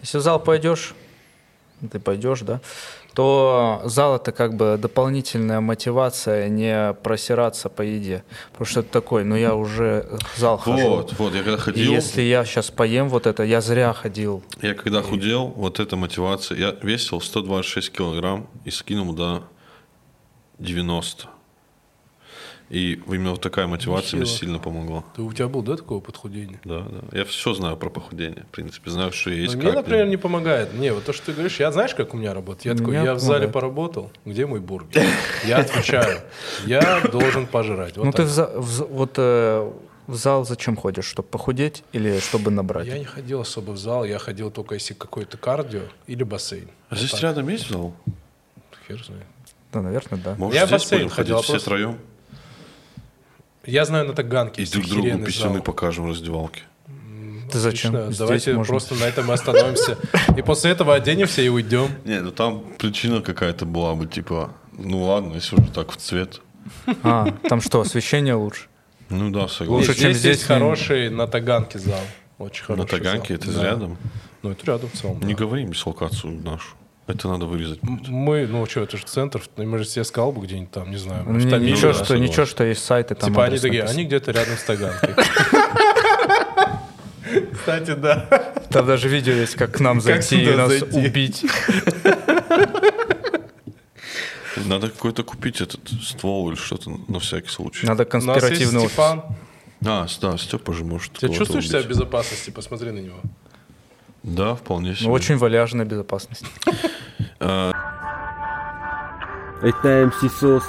Speaker 2: Если в зал пойдешь, ты пойдешь, да, то зал это как бы дополнительная мотивация не просираться по еде. Потому что это такой, ну я уже в зал хожу.
Speaker 1: Вот, вот, я когда
Speaker 2: И
Speaker 1: ходил,
Speaker 2: если я сейчас поем вот это, я зря ходил.
Speaker 1: я когда худел, вот эта мотивация. Я весил 126 килограмм и скинул до 90. И именно вот такая мотивация мне
Speaker 4: Нихило.
Speaker 1: сильно помогла.
Speaker 4: Ты- у тебя был, да, такого подхудения?
Speaker 1: Да, да. Я все знаю про похудение, в принципе. Знаю, что есть
Speaker 4: Ну,
Speaker 1: как.
Speaker 4: мне, например, не помогает. Не, вот то, что ты говоришь, я знаешь, как у меня работает? Я
Speaker 2: Меня
Speaker 4: такой, я в зале
Speaker 2: помогает.
Speaker 4: поработал, где мой бургер? Я отвечаю, я должен пожрать. Вот
Speaker 2: ну ты
Speaker 4: так.
Speaker 2: в, за- в за- вот э, в зал зачем ходишь? Чтобы похудеть или чтобы набрать?
Speaker 4: Я не ходил особо в зал, я ходил только если какой-то кардио или бассейн.
Speaker 1: А здесь рядом есть зал?
Speaker 4: Хер знает.
Speaker 2: Да, наверное, да.
Speaker 1: Может,
Speaker 4: Я в
Speaker 1: здесь
Speaker 4: бассейн
Speaker 1: будем
Speaker 4: ходил,
Speaker 1: ходить
Speaker 4: а
Speaker 1: все
Speaker 4: просто-
Speaker 1: троем?
Speaker 4: Я знаю, на Таганке
Speaker 1: И
Speaker 4: есть
Speaker 1: друг другу
Speaker 4: охеренный
Speaker 1: писюны
Speaker 4: зал.
Speaker 1: покажем в раздевалке.
Speaker 2: Ты зачем?
Speaker 4: Отлично,
Speaker 2: Здесь
Speaker 4: Давайте
Speaker 2: можно.
Speaker 4: просто на этом и остановимся. И после этого оденемся и уйдем.
Speaker 1: Не, ну там причина какая-то была бы, типа, ну ладно, если уже так в цвет.
Speaker 2: А, там что, освещение лучше?
Speaker 1: Ну да,
Speaker 2: Лучше,
Speaker 1: согласен.
Speaker 4: Нет,
Speaker 2: чем
Speaker 4: здесь есть
Speaker 2: здесь,
Speaker 4: хороший на Таганке зал. Очень хороший
Speaker 1: На Таганке
Speaker 4: зал.
Speaker 1: это
Speaker 4: Да.
Speaker 1: рядом.
Speaker 4: Ну, это рядом в целом.
Speaker 1: Не
Speaker 4: да.
Speaker 1: говори дислокацию нашу. Это надо вырезать.
Speaker 4: М- Мы, ну что, это же центр, мы же все скалбу где-нибудь там, не знаю.
Speaker 2: Н-
Speaker 4: может, там
Speaker 2: Ну, ничего,
Speaker 4: Мишина.
Speaker 1: да,
Speaker 2: что,
Speaker 1: согласен.
Speaker 2: ничего, что есть сайты там.
Speaker 4: Типа они
Speaker 2: адрес
Speaker 4: такие,
Speaker 2: написан.
Speaker 4: они где-то рядом с Таганкой. Кстати, да.
Speaker 2: Там даже видео есть, как к
Speaker 4: <laughs>
Speaker 2: нам зайти и
Speaker 4: туда
Speaker 2: нас
Speaker 4: зайти?
Speaker 2: убить.
Speaker 1: Надо какой-то купить этот ствол или что-то на всякий случай.
Speaker 2: Надо
Speaker 4: У
Speaker 2: <laughs>
Speaker 4: нас есть
Speaker 2: конспиративный офис.
Speaker 4: Степан.
Speaker 1: А, с- да, Степа же может
Speaker 4: Ты
Speaker 1: кого-то
Speaker 4: чувствуешь себя в
Speaker 1: убить.
Speaker 4: безопасности? Посмотри на него.
Speaker 1: Да, вполне себе.
Speaker 2: Ну, Очень валяжная безопасность.
Speaker 5: Это МС Сос.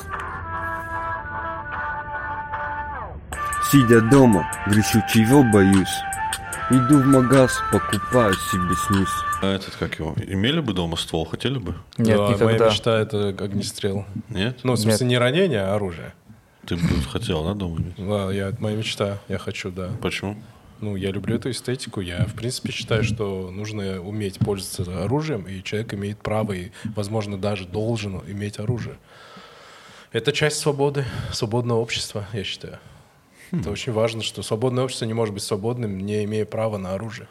Speaker 5: Сидя дома, грешу, чего боюсь. Иду в магаз, покупаю себе снюс.
Speaker 1: А этот, как его, имели бы дома ствол, хотели бы?
Speaker 2: Нет,
Speaker 4: Да, Моя
Speaker 2: никогда.
Speaker 4: мечта — это огнестрел.
Speaker 1: Нет?
Speaker 4: Ну, в смысле, не ранение, а оружие.
Speaker 1: Ты бы хотел, да, дома иметь?
Speaker 4: Да, я, моя мечта, я хочу, да.
Speaker 1: Почему?
Speaker 4: Ну, я люблю эту эстетику. Я, в принципе, считаю, что нужно уметь пользоваться оружием, и человек имеет право и, возможно, даже должен иметь оружие. Это часть свободы, свободного общества, я считаю. Это очень важно, что свободное общество не может быть свободным, не имея права на оружие.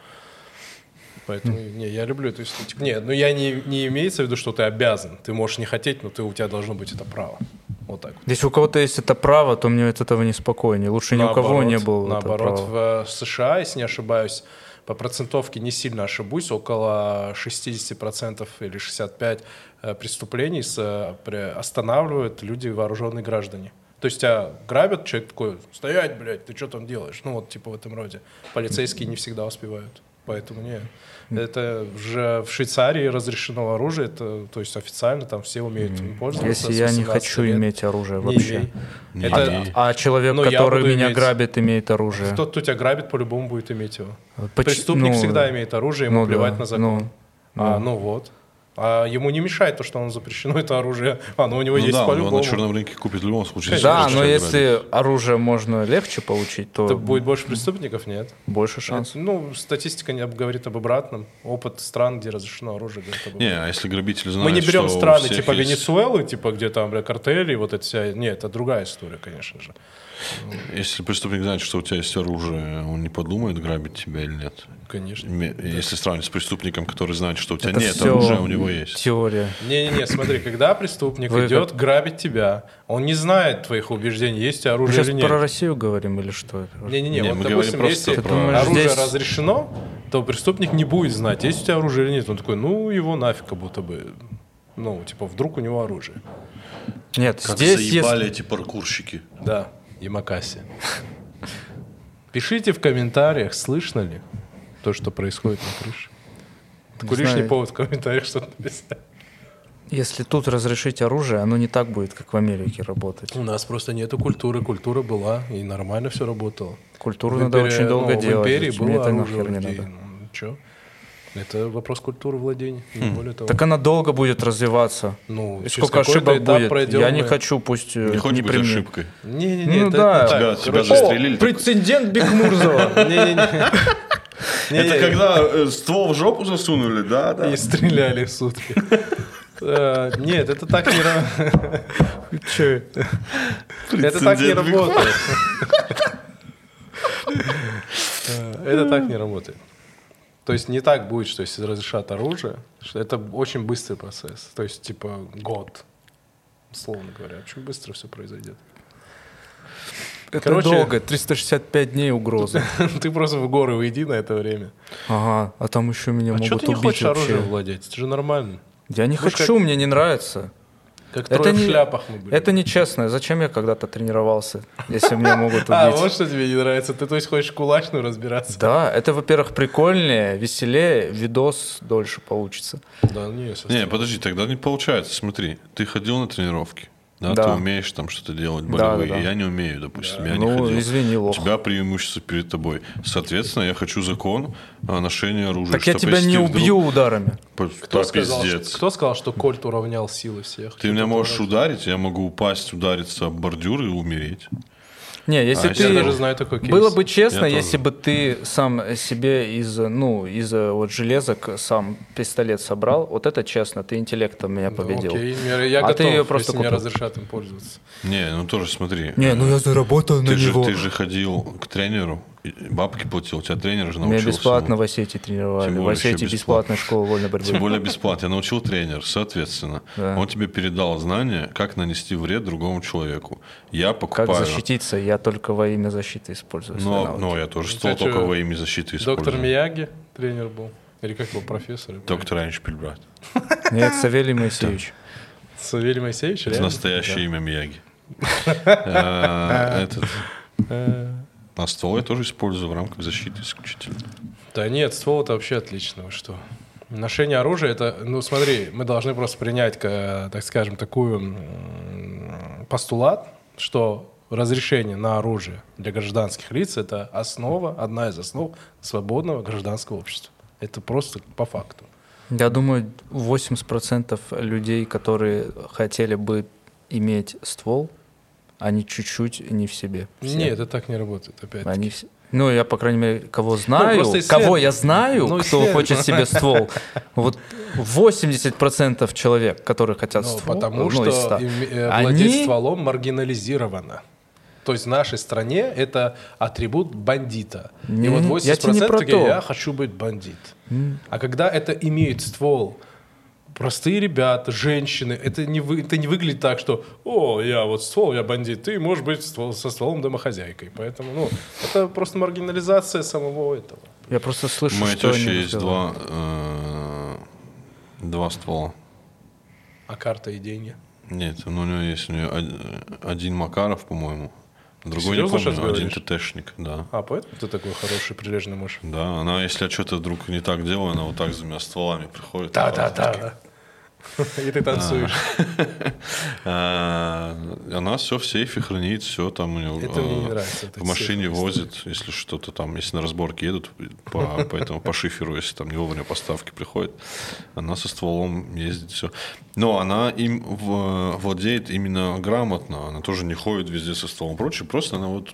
Speaker 4: Поэтому, не, я люблю эту эстетику. Не, ну я не, не имеется в виду, что ты обязан. Ты можешь не хотеть, но ты, у тебя должно быть это право. Вот так. вот.
Speaker 2: Если у кого-то есть это право, то мне от этого не спокойнее. Лучше ни у кого не
Speaker 4: Наоборот,
Speaker 2: было
Speaker 4: Наоборот,
Speaker 2: это права.
Speaker 4: в э, США, если не ошибаюсь, по процентовке не сильно ошибусь, около 60% или 65% э, преступлений с, э, пре- останавливают люди вооруженные граждане. То есть тебя грабят, человек такой, стоять, блядь, ты что там делаешь? Ну вот типа в этом роде. Полицейские не всегда успевают. Поэтому не. Это же в Швейцарии разрешено оружие, это, то есть официально там все умеют им пользоваться.
Speaker 2: Если
Speaker 4: с
Speaker 2: я не
Speaker 4: 18
Speaker 2: хочу
Speaker 4: лет.
Speaker 2: иметь оружие
Speaker 4: Не
Speaker 2: вообще.
Speaker 4: имей.
Speaker 1: Не
Speaker 4: Это-
Speaker 1: имей.
Speaker 2: А человек,
Speaker 4: Ну, я
Speaker 2: который
Speaker 4: буду
Speaker 2: меня
Speaker 4: иметь.
Speaker 2: грабит, имеет оружие.
Speaker 4: Тот, кто тебя грабит, по-любому будет иметь его.
Speaker 2: Поч-
Speaker 4: Преступник
Speaker 2: ну,
Speaker 4: всегда имеет оружие, ему
Speaker 2: ну да,
Speaker 4: плевать на закон.
Speaker 2: ну,
Speaker 4: а,
Speaker 2: ну.
Speaker 4: ну вот. А ему не мешает то, что он запрещено это оружие. <laughs> А, ну у него
Speaker 1: Ну
Speaker 4: есть
Speaker 1: да, он его на
Speaker 4: по-любому.
Speaker 1: черном рынке купит в любом случае. если
Speaker 2: Да,
Speaker 1: хочешь
Speaker 2: но
Speaker 1: тебя грабить.
Speaker 2: если оружие можно легче получить, то
Speaker 4: Это будет больше преступников, нет?
Speaker 2: больше шансов.
Speaker 4: Это, ну, статистика не об- говорит об обратном. Опыт стран, где разрешено оружие, говорит об
Speaker 1: Не,
Speaker 4: обратном.
Speaker 1: а если грабитель знает,
Speaker 4: Мы не берем
Speaker 1: что у
Speaker 4: страны
Speaker 1: всех
Speaker 4: типа
Speaker 1: есть-
Speaker 4: Венесуэлы, типа где там, бля, картели, вот это вся... Нет, это другая история, конечно же.
Speaker 1: Если преступник знает, что у тебя есть оружие, он не подумает, грабить тебя или нет.
Speaker 4: Конечно.
Speaker 1: Ме- Если сравнивать с преступником, который знает, что у тебя
Speaker 2: Это
Speaker 1: нет
Speaker 2: всё
Speaker 1: оружия, у него есть.
Speaker 2: Теория.
Speaker 4: Не-не-не, смотри, когда преступник
Speaker 2: Вы
Speaker 4: идет грабить тебя, он не знает твоих убеждений, есть у тебя
Speaker 2: Мы
Speaker 4: оружие
Speaker 2: сейчас
Speaker 4: или нет.
Speaker 2: про Россию говорим или что? это?
Speaker 4: Не-не-не,
Speaker 1: Не,
Speaker 4: вот,
Speaker 1: мы
Speaker 4: допустим,
Speaker 1: говорим
Speaker 4: если
Speaker 1: просто
Speaker 2: про- Ты думаешь,
Speaker 4: оружие
Speaker 2: здесь-
Speaker 4: разрешено, то преступник не будет знать, есть у тебя оружие или нет. Он такой, ну, его нафиг, как будто бы, ну, типа, вдруг у него оружие.
Speaker 2: Нет,
Speaker 1: Как
Speaker 2: здесь
Speaker 1: заебали
Speaker 2: есть...
Speaker 1: эти паркурщики.
Speaker 4: Да, Ямакаси. Пишите в комментариях, слышно ли то, что происходит на крыше. Такой
Speaker 2: Не
Speaker 4: лишний
Speaker 2: знаю.
Speaker 4: повод в комментариях что-то написать.
Speaker 2: Если тут разрешить оружие, оно не так будет, как в Америке работать.
Speaker 4: У нас просто нету культуры, культура была, и нормально все работало.
Speaker 2: Культуру
Speaker 4: В
Speaker 2: надо
Speaker 4: империи-
Speaker 2: очень долго
Speaker 4: ну, в
Speaker 2: делать.
Speaker 4: империи
Speaker 2: Мне
Speaker 4: было
Speaker 2: это
Speaker 4: оружие
Speaker 2: нахер не
Speaker 4: у людей.
Speaker 2: надо.
Speaker 4: Ну, чё? Это вопрос культуры владения, не более того.
Speaker 2: Хм, Так она долго будет развиваться.
Speaker 4: ну,
Speaker 2: И
Speaker 4: через
Speaker 2: сколько
Speaker 4: какой-то
Speaker 2: ошибок
Speaker 4: этап
Speaker 2: будет.
Speaker 4: пройдём
Speaker 2: Я не
Speaker 4: мы.
Speaker 2: хочу, пусть э,
Speaker 1: Не хочешь быть
Speaker 2: при мне.
Speaker 1: ошибкой.
Speaker 4: Не-не-не,
Speaker 2: Ну
Speaker 4: это
Speaker 2: да.
Speaker 4: не так.
Speaker 1: Тебя- тебя
Speaker 4: Короче,
Speaker 1: застрелили,
Speaker 4: о,
Speaker 1: такой.
Speaker 4: Прецедент Бекмурзова. <laughs> Не-не-не.
Speaker 1: Это когда э, ствол в жопу засунули, да? да.
Speaker 4: И стреляли в сутки. <laughs> Э, Нет, это так не работает. <laughs> Это так не
Speaker 1: Прецедент Бекмурзова.
Speaker 4: работает. Э, Это так не работает. То есть не так будет, что если разрешат оружие, что это очень быстрый процесс. То есть типа год, условно говоря. Очень быстро все произойдет.
Speaker 2: <laughs> Это
Speaker 4: Короче-
Speaker 2: долго, 365 дней угрозы.
Speaker 4: Ты просто в горы уйди на это время.
Speaker 2: Ага, а там еще меня
Speaker 4: А что
Speaker 2: могут
Speaker 4: ты не
Speaker 2: убить
Speaker 4: хочешь оружием
Speaker 2: вообще.
Speaker 4: владеть? Это же нормально.
Speaker 2: Я не
Speaker 4: Знаешь,
Speaker 2: хочу, мне не нравится.
Speaker 4: Как
Speaker 2: Это
Speaker 4: трое
Speaker 2: не-
Speaker 4: в шляпах мы были.
Speaker 2: Это нечестно. Зачем я когда-то тренировался, если меня могут
Speaker 4: <laughs> А, вот
Speaker 2: убить?
Speaker 4: что тебе не нравится. Ты, то есть, хочешь в кулачную разбираться?
Speaker 2: Да, это, во-первых, прикольнее, веселее, видос дольше получится.
Speaker 4: Да, не,
Speaker 1: Не, подожди, тогда не получается. Смотри, ты ходил на тренировки, да?
Speaker 2: Да.
Speaker 1: Ты умеешь там что-то делать
Speaker 2: Да,
Speaker 1: болевые.
Speaker 2: да, да.
Speaker 1: Я не умею, допустим, я не
Speaker 2: Ну,
Speaker 1: ходил.
Speaker 2: извини,
Speaker 1: У
Speaker 2: лох.
Speaker 1: тебя преимущество перед тобой. Соответственно, я хочу закон о ношении оружия.
Speaker 2: Так я
Speaker 1: чтобы
Speaker 2: тебя
Speaker 1: если
Speaker 2: не
Speaker 1: ты вдруг-
Speaker 2: убью ударами.
Speaker 1: П-
Speaker 4: кто
Speaker 1: да,
Speaker 4: сказал,
Speaker 1: пиздец.
Speaker 4: Что, кто сказал, что Кольт уравнял силы всех?
Speaker 1: Ты меня можешь ударить, я могу упасть, удариться об бордюр и умереть.
Speaker 2: Не, если
Speaker 1: А,
Speaker 2: ты...
Speaker 4: Я даже знаю такой кейс.
Speaker 2: Было бы честно,
Speaker 1: Я тоже.
Speaker 2: если бы ты сам себе из, ну, из э, вот железок сам пистолет собрал. Вот это честно, ты интеллектом меня
Speaker 4: Ну,
Speaker 2: победил.
Speaker 4: окей, я, я
Speaker 2: А
Speaker 4: готов,
Speaker 2: ты её просто
Speaker 4: если мне
Speaker 2: купил.
Speaker 4: разрешат им пользоваться.
Speaker 1: Не, ну тоже смотри.
Speaker 2: Не, ну я заработал на
Speaker 1: ты, же,
Speaker 2: него.
Speaker 1: ты же ходил к тренеру, и- и бабки платил, у тебя тренер же
Speaker 2: Меня
Speaker 1: научился.
Speaker 2: бесплатно
Speaker 1: ну.
Speaker 2: в Осетии тренировали.
Speaker 1: Тем более
Speaker 2: в
Speaker 1: ещё
Speaker 2: Осетии
Speaker 1: бесплатно.
Speaker 2: бесплатная школа вольной
Speaker 1: Тем
Speaker 2: борьбы.
Speaker 1: более бесплатно. Я научил тренер, соответственно.
Speaker 2: Да.
Speaker 1: Он тебе передал знания, как нанести вред другому человеку. Я покупаю...
Speaker 2: Как защититься? Я только во имя защиты использую. свои
Speaker 1: Но,
Speaker 2: навыки.
Speaker 1: но я тоже стол
Speaker 4: Кстати,
Speaker 1: только во имя защиты использую.
Speaker 4: Доктор Мияги тренер был. Или как его, профессор?
Speaker 1: Доктор Эйншпиль, брат.
Speaker 2: Нет, Ну, Савелий Моисеевич.
Speaker 4: Савелий Моисеевич,
Speaker 1: Это
Speaker 4: реально?
Speaker 1: настоящее имя
Speaker 4: <laughs>
Speaker 1: Мияги. Э, Этот...
Speaker 4: Э,
Speaker 1: А ствол я тоже использую в рамках защиты исключительно.
Speaker 4: Да нет, ствол это вообще отлично, вы что. Ношение оружия это, ну смотри, мы должны просто принять, ка- так скажем, такую м, постулат, что разрешение на оружие для гражданских лиц это основа, одна из основ свободного гражданского общества. Это просто по факту.
Speaker 2: Я думаю, 80% людей, которые хотели бы иметь ствол, они чуть-чуть не в себе. Все.
Speaker 4: Нет, это так не работает опять.
Speaker 2: Они все- Ну, я, по крайней мере,
Speaker 1: Ну,
Speaker 2: кого знаю,
Speaker 4: просто исследование.
Speaker 2: кого я знаю,
Speaker 4: Ну,
Speaker 2: кто
Speaker 4: исследование.
Speaker 2: хочет себе ствол. Вот 80% человек, которые хотят
Speaker 4: Ну,
Speaker 2: ствол,
Speaker 4: потому
Speaker 2: ну, из
Speaker 4: что
Speaker 2: 100,
Speaker 4: им- э, владеть
Speaker 2: они
Speaker 4: стволом маргинализировано. То есть в нашей стране это атрибут бандита. И
Speaker 2: Не,
Speaker 4: вот
Speaker 2: я тебе не
Speaker 4: 80%
Speaker 2: про
Speaker 4: такие,
Speaker 2: то.
Speaker 4: я хочу быть бандит. А когда это имеет ствол, простые ребята, женщины, это не, вы, это не выглядит так, что «О, я вот ствол, я бандит, ты можешь быть ствол- со стволом домохозяйкой». Поэтому, ну, это просто маргинализация самого этого.
Speaker 2: Я просто слышу,
Speaker 1: У моей
Speaker 2: что они
Speaker 1: тещи есть
Speaker 2: разговаривают.
Speaker 1: два, э, два ствола.
Speaker 4: А карта и деньги?
Speaker 1: Нет, ну у нее есть у нее од- один Макаров, по-моему, другой
Speaker 4: Серьезно
Speaker 1: не
Speaker 4: сейчас
Speaker 1: помню, один
Speaker 4: говоришь?
Speaker 1: ТТшник, да.
Speaker 4: А, поэтому ты такой хороший, прилежный муж. <laughs>
Speaker 1: Да, она, если я что-то вдруг не так делаю, она вот так с двумя стволами приходит.
Speaker 4: Да-да-да. И ты танцуешь.
Speaker 1: А, Она все в сейфе хранит, все там у нее
Speaker 4: Это мне не
Speaker 1: э,
Speaker 4: нравится, этот
Speaker 1: в машине
Speaker 4: сейф.
Speaker 1: возит, если что-то там, если на разборке едут, по, по этому, по шиферу, если там не вовремя поставки приходят, она со стволом ездит, все. Но она им в- владеет именно грамотно, она тоже не ходит везде со стволом и прочее, просто она вот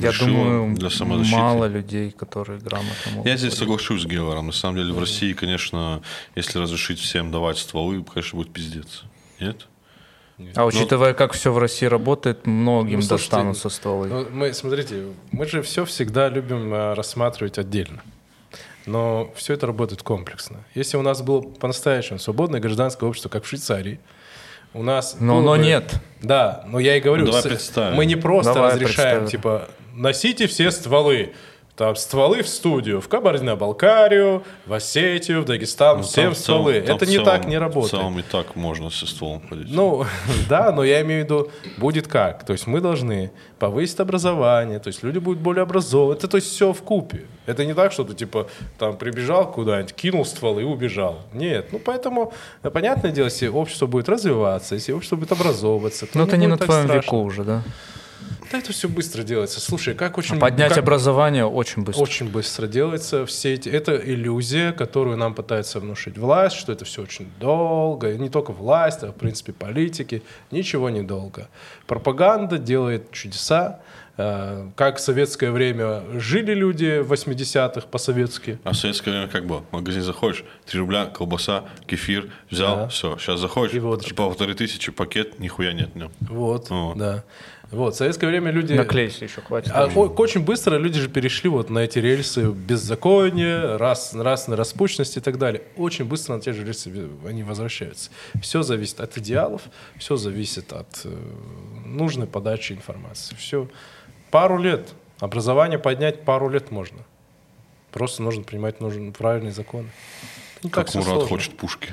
Speaker 2: Я
Speaker 1: решила
Speaker 2: думаю,
Speaker 1: для самозащиты.
Speaker 2: мало людей, которые грамотно могут.
Speaker 1: Я здесь соглашусь с Геллером. На самом деле в России, конечно, если разрешить всем давать стволы, конечно, будет пиздец. Нет?
Speaker 2: А учитывая, как все в России работает, многим
Speaker 4: Ну, слушайте,
Speaker 2: достанутся стволы.
Speaker 4: Ну, мы, смотрите, мы же все всегда любим э, рассматривать отдельно. Но все это работает комплексно. Если у нас было по-настоящему свободное гражданское общество, как в Швейцарии, у нас...
Speaker 2: но
Speaker 4: было
Speaker 2: но
Speaker 4: бы-
Speaker 2: нет.
Speaker 4: Да, но я и говорю,
Speaker 1: Ну, давай
Speaker 4: с-
Speaker 1: представим.
Speaker 4: мы не просто
Speaker 2: Давай
Speaker 4: разрешаем,
Speaker 2: представим.
Speaker 4: типа, носите все стволы. Там стволы в студию, в Кабардино-Балкарию, в Осетию, в Дагестан,
Speaker 1: Ну, там
Speaker 4: всем
Speaker 1: в целом-
Speaker 4: стволы.
Speaker 1: там
Speaker 4: это
Speaker 1: в
Speaker 4: не
Speaker 1: целом-
Speaker 4: так не
Speaker 1: В
Speaker 4: работает.
Speaker 1: целом и так можно со стволом ходить.
Speaker 4: Ну, <laughs> да, но я имею в виду, будет как. То есть мы должны повысить образование, то есть люди будут более образованы. Это то есть все в купе. Это не так, что ты типа там прибежал куда-нибудь, кинул ствол и убежал. Нет, ну поэтому, э, понятное дело, если общество будет развиваться, если общество будет образовываться, то
Speaker 2: Но Ну, это не на
Speaker 4: будет так
Speaker 2: твоем
Speaker 4: страшно.
Speaker 2: веку уже, да?
Speaker 4: Да это все быстро делается. Слушай, как очень...
Speaker 2: А Поднять
Speaker 4: как
Speaker 2: образование очень быстро.
Speaker 4: Очень быстро делается. Все эти, это иллюзия, которую нам пытается внушить власть, что это все очень долго. И не только власть, а в принципе политики. Ничего не долго. Пропаганда делает чудеса. Э, Как в советское время жили люди в 80-х по-советски.
Speaker 1: А в советское время как было? В магазин заходишь, 3 рубля, колбаса, кефир, взял,
Speaker 4: Да.
Speaker 1: все. Сейчас заходишь, типа,
Speaker 4: И водочка.
Speaker 1: полторы тысячи, пакет, нихуя нет в нем.
Speaker 4: Вот,
Speaker 1: О.
Speaker 4: да. Вот, в советское время люди...
Speaker 2: Наклейся еще, хватит.
Speaker 4: А
Speaker 1: Типа,
Speaker 4: о- очень быстро люди же перешли вот на эти рельсы беззакония, раз, раз на распущенности и так далее. Очень быстро на те же рельсы ви- они возвращаются. Все зависит от идеалов, все зависит от э, нужной подачи информации. Все. Пару лет. Образование поднять пару лет можно. Просто нужно принимать нужен правильные законы. Ну, так
Speaker 1: Как
Speaker 4: всё
Speaker 1: Мурат
Speaker 4: сложно.
Speaker 1: хочет пушки.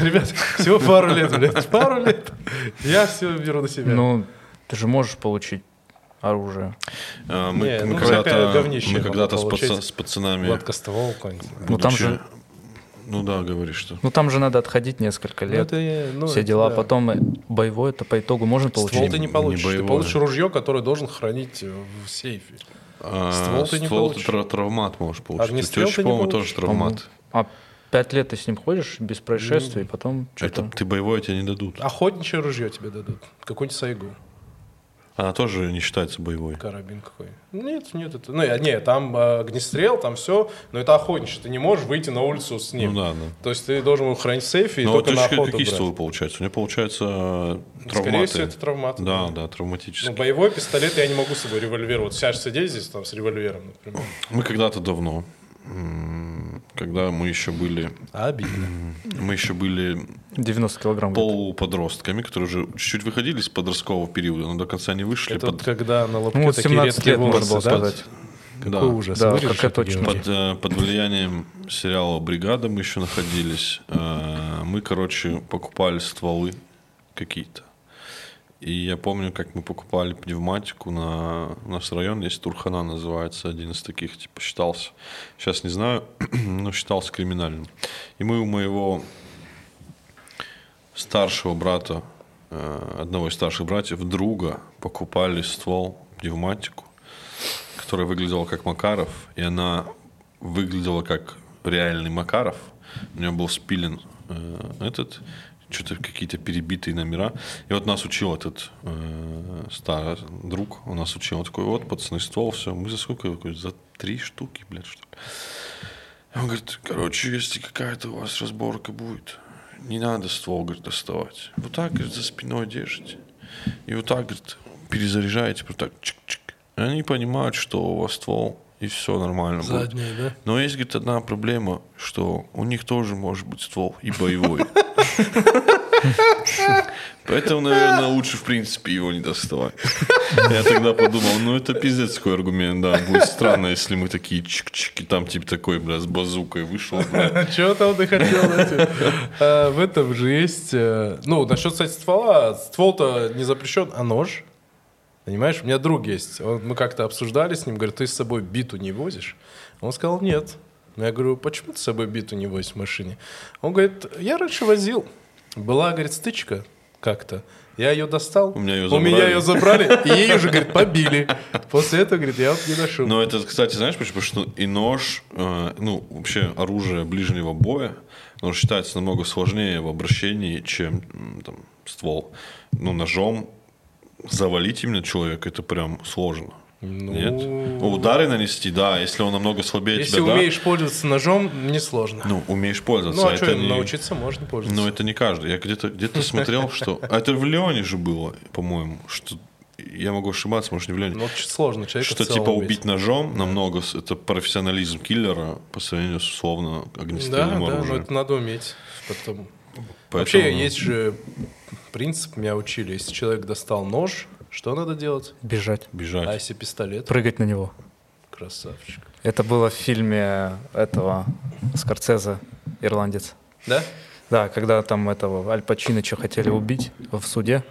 Speaker 4: Ребят, всего пару лет, блядь. Пару лет. Я все беру на себя.
Speaker 2: Ну, ты же можешь получить оружие.
Speaker 1: А, Мы,
Speaker 4: Не,
Speaker 1: мы
Speaker 4: ну, всякое
Speaker 1: когда-то,
Speaker 4: говнище
Speaker 1: мы когда-то с,
Speaker 4: получить.
Speaker 1: паца- с пацанами...
Speaker 4: Гладкоствол какой-нибудь.
Speaker 2: Ну, там
Speaker 1: будучи-
Speaker 2: же-
Speaker 1: Ну да, говоришь, что...
Speaker 2: Ну, там же надо отходить несколько
Speaker 4: Ну,
Speaker 2: лет.
Speaker 4: это, э, ну,
Speaker 2: все
Speaker 4: это
Speaker 2: дела.
Speaker 4: да.
Speaker 2: Потом э, боевое это по итогу можно получить.
Speaker 4: Ствол ты не
Speaker 1: Не
Speaker 4: получишь. ты
Speaker 1: боевое.
Speaker 4: получишь ружье, которое должен хранить э, в сейфе.
Speaker 1: А,
Speaker 4: Ствол ты не
Speaker 1: ствол
Speaker 4: получишь.
Speaker 1: тра- травмат можешь получить. У
Speaker 4: Огнестрел
Speaker 1: тещи,
Speaker 4: ты не
Speaker 1: по-моему,
Speaker 4: получишь.
Speaker 1: тоже травмат.
Speaker 2: А пять лет ты с ним ходишь без происшествий,
Speaker 4: Ну,
Speaker 2: потом
Speaker 1: Это
Speaker 2: что-то...
Speaker 1: ты боевое тебе не дадут.
Speaker 4: Охотничье ружье тебе дадут. Какой-нибудь сайгу.
Speaker 1: Она тоже не считается боевой.
Speaker 4: Карабин какой. Нет, нет, это. Ну, я- не, там э, огнестрел, там все, но это охотничье. Ты не можешь выйти на улицу с ним.
Speaker 1: Ну да, да.
Speaker 4: То есть ты должен его хранить в сейфе и
Speaker 1: Ну, а у
Speaker 4: только на
Speaker 1: тещи
Speaker 4: охоту
Speaker 1: какие
Speaker 4: брать.
Speaker 1: стволы получаются? У нее получается э,
Speaker 4: Скорее
Speaker 1: травматы.
Speaker 4: всего, это травматы.
Speaker 1: Да, да,
Speaker 4: Ну,
Speaker 1: травматические.
Speaker 4: боевой пистолет я не могу с собой револьвер. Вот сейчас сидеть здесь там с револьвером, например.
Speaker 1: Мы когда-то давно, м, когда мы еще были,
Speaker 4: Обидно.
Speaker 1: мы еще были
Speaker 2: 90 килограмм. где-то.
Speaker 1: полуподростками, которые уже чуть-чуть выходили из подросткового периода, но до конца не вышли.
Speaker 4: Это
Speaker 1: под-
Speaker 4: вот когда на лобке
Speaker 2: Ну, вот
Speaker 4: такие
Speaker 2: 17
Speaker 4: редкие
Speaker 2: лет можно
Speaker 4: волосы,
Speaker 2: было
Speaker 4: да?
Speaker 2: сказать.
Speaker 1: да.
Speaker 4: Какой ужас.
Speaker 2: Да,
Speaker 4: Вырежешь
Speaker 2: какая
Speaker 4: это,
Speaker 2: точка.
Speaker 4: Георгий?
Speaker 1: Под, э, под влиянием сериала «Бригада» мы еще находились. Э, Мы, короче, покупали стволы какие-то. И я помню, как мы покупали пневматику на у нас район, есть Турхана называется, один из таких, типа, считался, сейчас не знаю, <clears throat> но считался криминальным. И мы у моего старшего брата, э, одного из старших братьев, друга, покупали ствол, пневматику, которая выглядела как Макаров, и она выглядела как реальный Макаров. У нее был спилен э, этот, что-то какие-то перебитые номера. И вот нас учил этот э, старый друг, он нас учил, он такой, вот, пацаны, ствол, все. Мы за сколько? Я такой, за три штуки, блядь, что ли. Он говорит, короче, если какая-то у вас разборка будет, не надо ствол, говорит, доставать. Вот так, говорит, за спиной держите. И вот так, говорит, перезаряжаете, прям так чик-чик. И Они понимают, что у вас ствол, и все нормально будет.
Speaker 4: Задние, да?
Speaker 1: Но есть, говорит, одна проблема, что у них тоже может быть ствол и боевой. Поэтому, наверное, лучше, в принципе, его не доставать. Я тогда подумал, ну это пиздец какой аргумент, да. Будет странно, если мы такие чик-чик, и там типа такой, бля, с базукой вышел, бля.
Speaker 4: <laughs> Чего там ты хотел найти? А, В этом же есть... э, Ну, насчет, кстати, ствола. Ствол-то не запрещен, а нож. Понимаешь, у меня друг есть. Он- мы как-то обсуждали с ним, говорит, ты с собой биту не возишь? Он сказал, нет. Ну, Я говорю, почему ты с собой биту не возишь в машине? Он говорит, я раньше возил. Была, говорит, стычка как-то. Я ее достал.
Speaker 1: У меня её
Speaker 4: У меня
Speaker 1: забрали.
Speaker 4: ее забрали, и ей уже, говорит, побили. После этого, говорит, я вот не ношу.
Speaker 1: Но это, кстати, знаешь почему? Потому что и нож, э, ну, вообще оружие ближнего боя, оно считается намного сложнее в обращении, чем м, там, ствол. Ну, ножом завалить именно человека, это прям сложно.
Speaker 4: Ну,
Speaker 1: Нет? Ну, Удары нанести, да, если он намного слабее
Speaker 4: Если
Speaker 1: тебя, да.
Speaker 4: умеешь пользоваться ножом, несложно.
Speaker 1: Ну, умеешь пользоваться.
Speaker 4: Ну, а
Speaker 1: это
Speaker 4: что,
Speaker 1: не-
Speaker 4: научиться можно пользоваться.
Speaker 1: Ну, это не каждый. Я где-то где
Speaker 4: <laughs>
Speaker 1: смотрел, что... А это в Леоне же было, по-моему, что... Я могу ошибаться, может, не в Леоне.
Speaker 4: Ну, очень сложно человека
Speaker 1: Что
Speaker 4: в целом
Speaker 1: типа убить ножом намного с- это профессионализм киллера по сравнению с условно
Speaker 4: Да,
Speaker 1: огнестрельным
Speaker 4: да, но
Speaker 1: оружием.
Speaker 4: это надо уметь. Потом.
Speaker 1: Поэтому-
Speaker 4: Вообще есть же принцип, меня учили, если человек достал нож, что надо делать?
Speaker 2: Бежать.
Speaker 4: А
Speaker 1: Бежать.
Speaker 4: если пистолет?
Speaker 2: Прыгать на него.
Speaker 4: Красавчик.
Speaker 3: Это было в фильме этого Скорцеза «Ирландец».
Speaker 4: Да?
Speaker 3: Да, когда там этого Аль Пачиныча хотели убить в суде,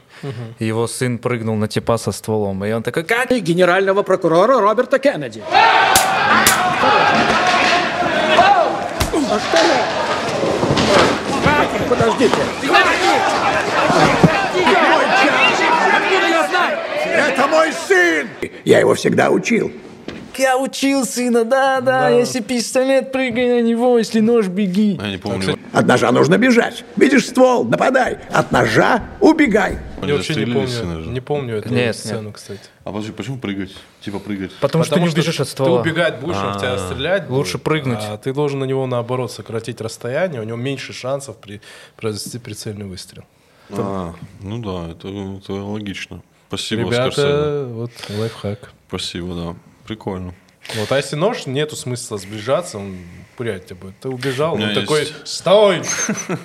Speaker 3: и его сын прыгнул на типа со стволом, и он такой, как?
Speaker 6: генерального прокурора Роберта Кеннеди. Подождите.
Speaker 7: Я его всегда учил.
Speaker 2: Я учил сына, да-да, если пистолет, прыгай на него, если нож, беги.
Speaker 1: Ну, Я не помню,
Speaker 7: От ножа нужно бежать. Видишь ствол, нападай. От ножа убегай.
Speaker 1: они
Speaker 4: Я вообще не
Speaker 1: застрелились
Speaker 4: помню,
Speaker 1: ножом.
Speaker 4: не помню эту
Speaker 3: Нет,
Speaker 4: сцену, кстати.
Speaker 1: А подожди, почему прыгать? Типа прыгать.
Speaker 3: Потому, что ты не бежишь от ствола.
Speaker 4: Ты убегать будешь, он в
Speaker 1: А.
Speaker 4: тебя стрелять
Speaker 3: Лучше
Speaker 4: будет,
Speaker 3: прыгнуть.
Speaker 4: А ты должен на него, наоборот, сократить расстояние, у него меньше шансов при- произвести прицельный выстрел.
Speaker 1: А, ну да, это, это логично. Спасибо, Скорсезе.
Speaker 4: Ребята, вот лайфхак.
Speaker 1: Спасибо, да. Прикольно.
Speaker 4: Вот, а если нож, нету смысла сближаться, он пырять тебя будет. Ты убежал,
Speaker 1: У
Speaker 4: он
Speaker 1: меня
Speaker 4: такой,
Speaker 1: есть-
Speaker 4: стой! Вот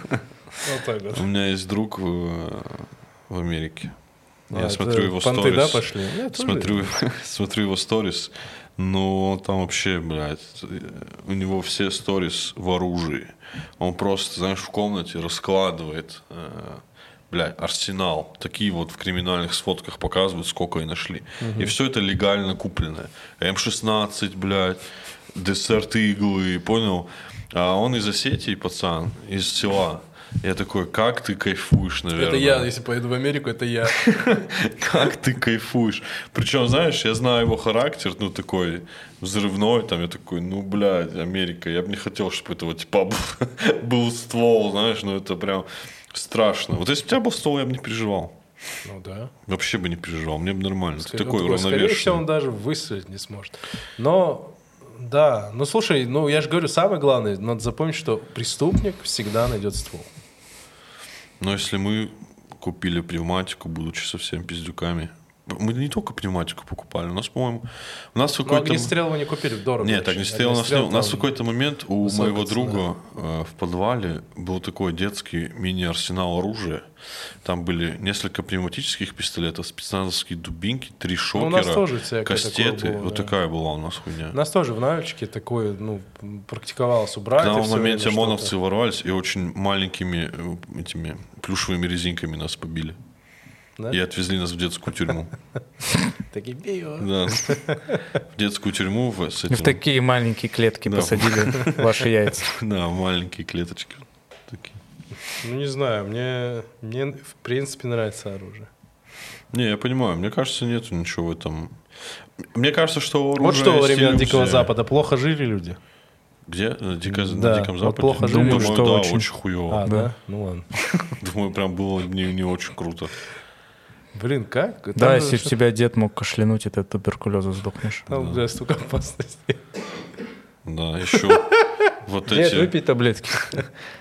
Speaker 4: так вот.
Speaker 1: У меня есть друг в, э, в Америке.
Speaker 4: А,
Speaker 1: Я смотрю
Speaker 4: это
Speaker 1: его
Speaker 4: понты, да,
Speaker 1: сторис.
Speaker 4: пошли? Я тоже.
Speaker 1: Смотрю, <laughs> смотрю его сторис. Ну, он там вообще, блядь, э, у него все сторис в оружии. Он просто, знаешь, в комнате раскладывает, э, блядь, арсенал. Такие вот в криминальных сфотках показывают, сколько и нашли. И все это легально купленное. М16, блядь, десерт иглы, понял? А он из Осетии, пацан, из села. Я такой, как ты кайфуешь, наверное.
Speaker 4: Это я, если поеду в Америку, это я.
Speaker 1: Как ты кайфуешь. Причем, знаешь, я знаю его характер, ну, такой взрывной, там, я такой, ну, блядь, Америка, я бы не хотел, чтобы этого типа <laughs> был- был ствол, знаешь, ну, это прям страшно. Вот если бы у тебя был ствол, я бы не переживал.
Speaker 4: Ну да.
Speaker 1: Вообще бы не переживал, мне бы нормально. Ты
Speaker 4: Скорее-
Speaker 1: такой
Speaker 4: он такой, Скорее всего, он
Speaker 1: уравновешенный.
Speaker 4: даже выстрелить не сможет. Но, да, ну слушай, ну я же говорю, самое главное, надо запомнить, что преступник всегда найдет ствол. Ну,
Speaker 1: Но если мы купили пневматику, будучи совсем пиздюками, мы не только пневматику покупали, у нас, по-моему, у нас
Speaker 4: Но
Speaker 1: какой-то...
Speaker 4: Ну, огнестрел вы не купили, дорого.
Speaker 1: Нет,
Speaker 4: очень.
Speaker 1: огнестрел у нас не было. У нас в
Speaker 4: там-
Speaker 1: какой-то момент у
Speaker 4: высокая
Speaker 1: моего
Speaker 4: цена.
Speaker 1: друга э, в подвале был такой детский мини-арсенал оружия. Там были несколько пневматических пистолетов, спецназовские дубинки, три шокера,
Speaker 4: Ну, у нас тоже всякое
Speaker 1: кастеты.
Speaker 4: такое было,
Speaker 1: вот
Speaker 4: да.
Speaker 1: такая была у нас хуйня.
Speaker 4: У нас тоже в Нальчике такое, ну, практиковалось убрать.
Speaker 1: В
Speaker 4: и
Speaker 1: данном
Speaker 4: всё время
Speaker 1: моменте
Speaker 4: что-то.
Speaker 1: ОМОНовцы ворвались и очень маленькими э, этими плюшевыми резинками нас побили.
Speaker 4: Да?
Speaker 1: И отвезли нас в детскую
Speaker 4: <laughs>
Speaker 1: тюрьму.
Speaker 4: Такие, «Бей его».
Speaker 1: Да. В детскую тюрьму в-
Speaker 2: Ну,
Speaker 1: с
Speaker 3: В
Speaker 1: этим.
Speaker 3: такие маленькие клетки
Speaker 1: Да.
Speaker 3: посадили <laughs> ваши яйца.
Speaker 1: <laughs> Да, маленькие клеточки. Такие.
Speaker 4: Ну, не знаю, мне, мне в принципе нравится оружие.
Speaker 1: Не, я понимаю. Мне кажется, нету ничего в этом. Мне кажется, что оружие
Speaker 4: вот что во
Speaker 1: есть
Speaker 4: времена
Speaker 1: иллюзия.
Speaker 4: Дикого Запада плохо жили люди.
Speaker 1: Где? На, Дико- на
Speaker 4: Да,
Speaker 1: Диком
Speaker 4: вот
Speaker 1: Западе?
Speaker 4: плохо жили,
Speaker 1: Думаю,
Speaker 4: что
Speaker 1: да,
Speaker 4: очень.
Speaker 1: очень, хуево.
Speaker 4: А, да? Ну ладно.
Speaker 1: Думаю, прям было не, не очень круто.
Speaker 4: Блин, как? Там
Speaker 2: Да,
Speaker 4: же
Speaker 2: если
Speaker 4: что-
Speaker 2: тебя дед мог кашлянуть, это от туберкулеза сдохнешь.
Speaker 4: Там да. столько опасностей.
Speaker 1: Да,
Speaker 4: <laughs>
Speaker 1: еще вот
Speaker 3: Дед,
Speaker 1: эти,
Speaker 3: выпей таблетки.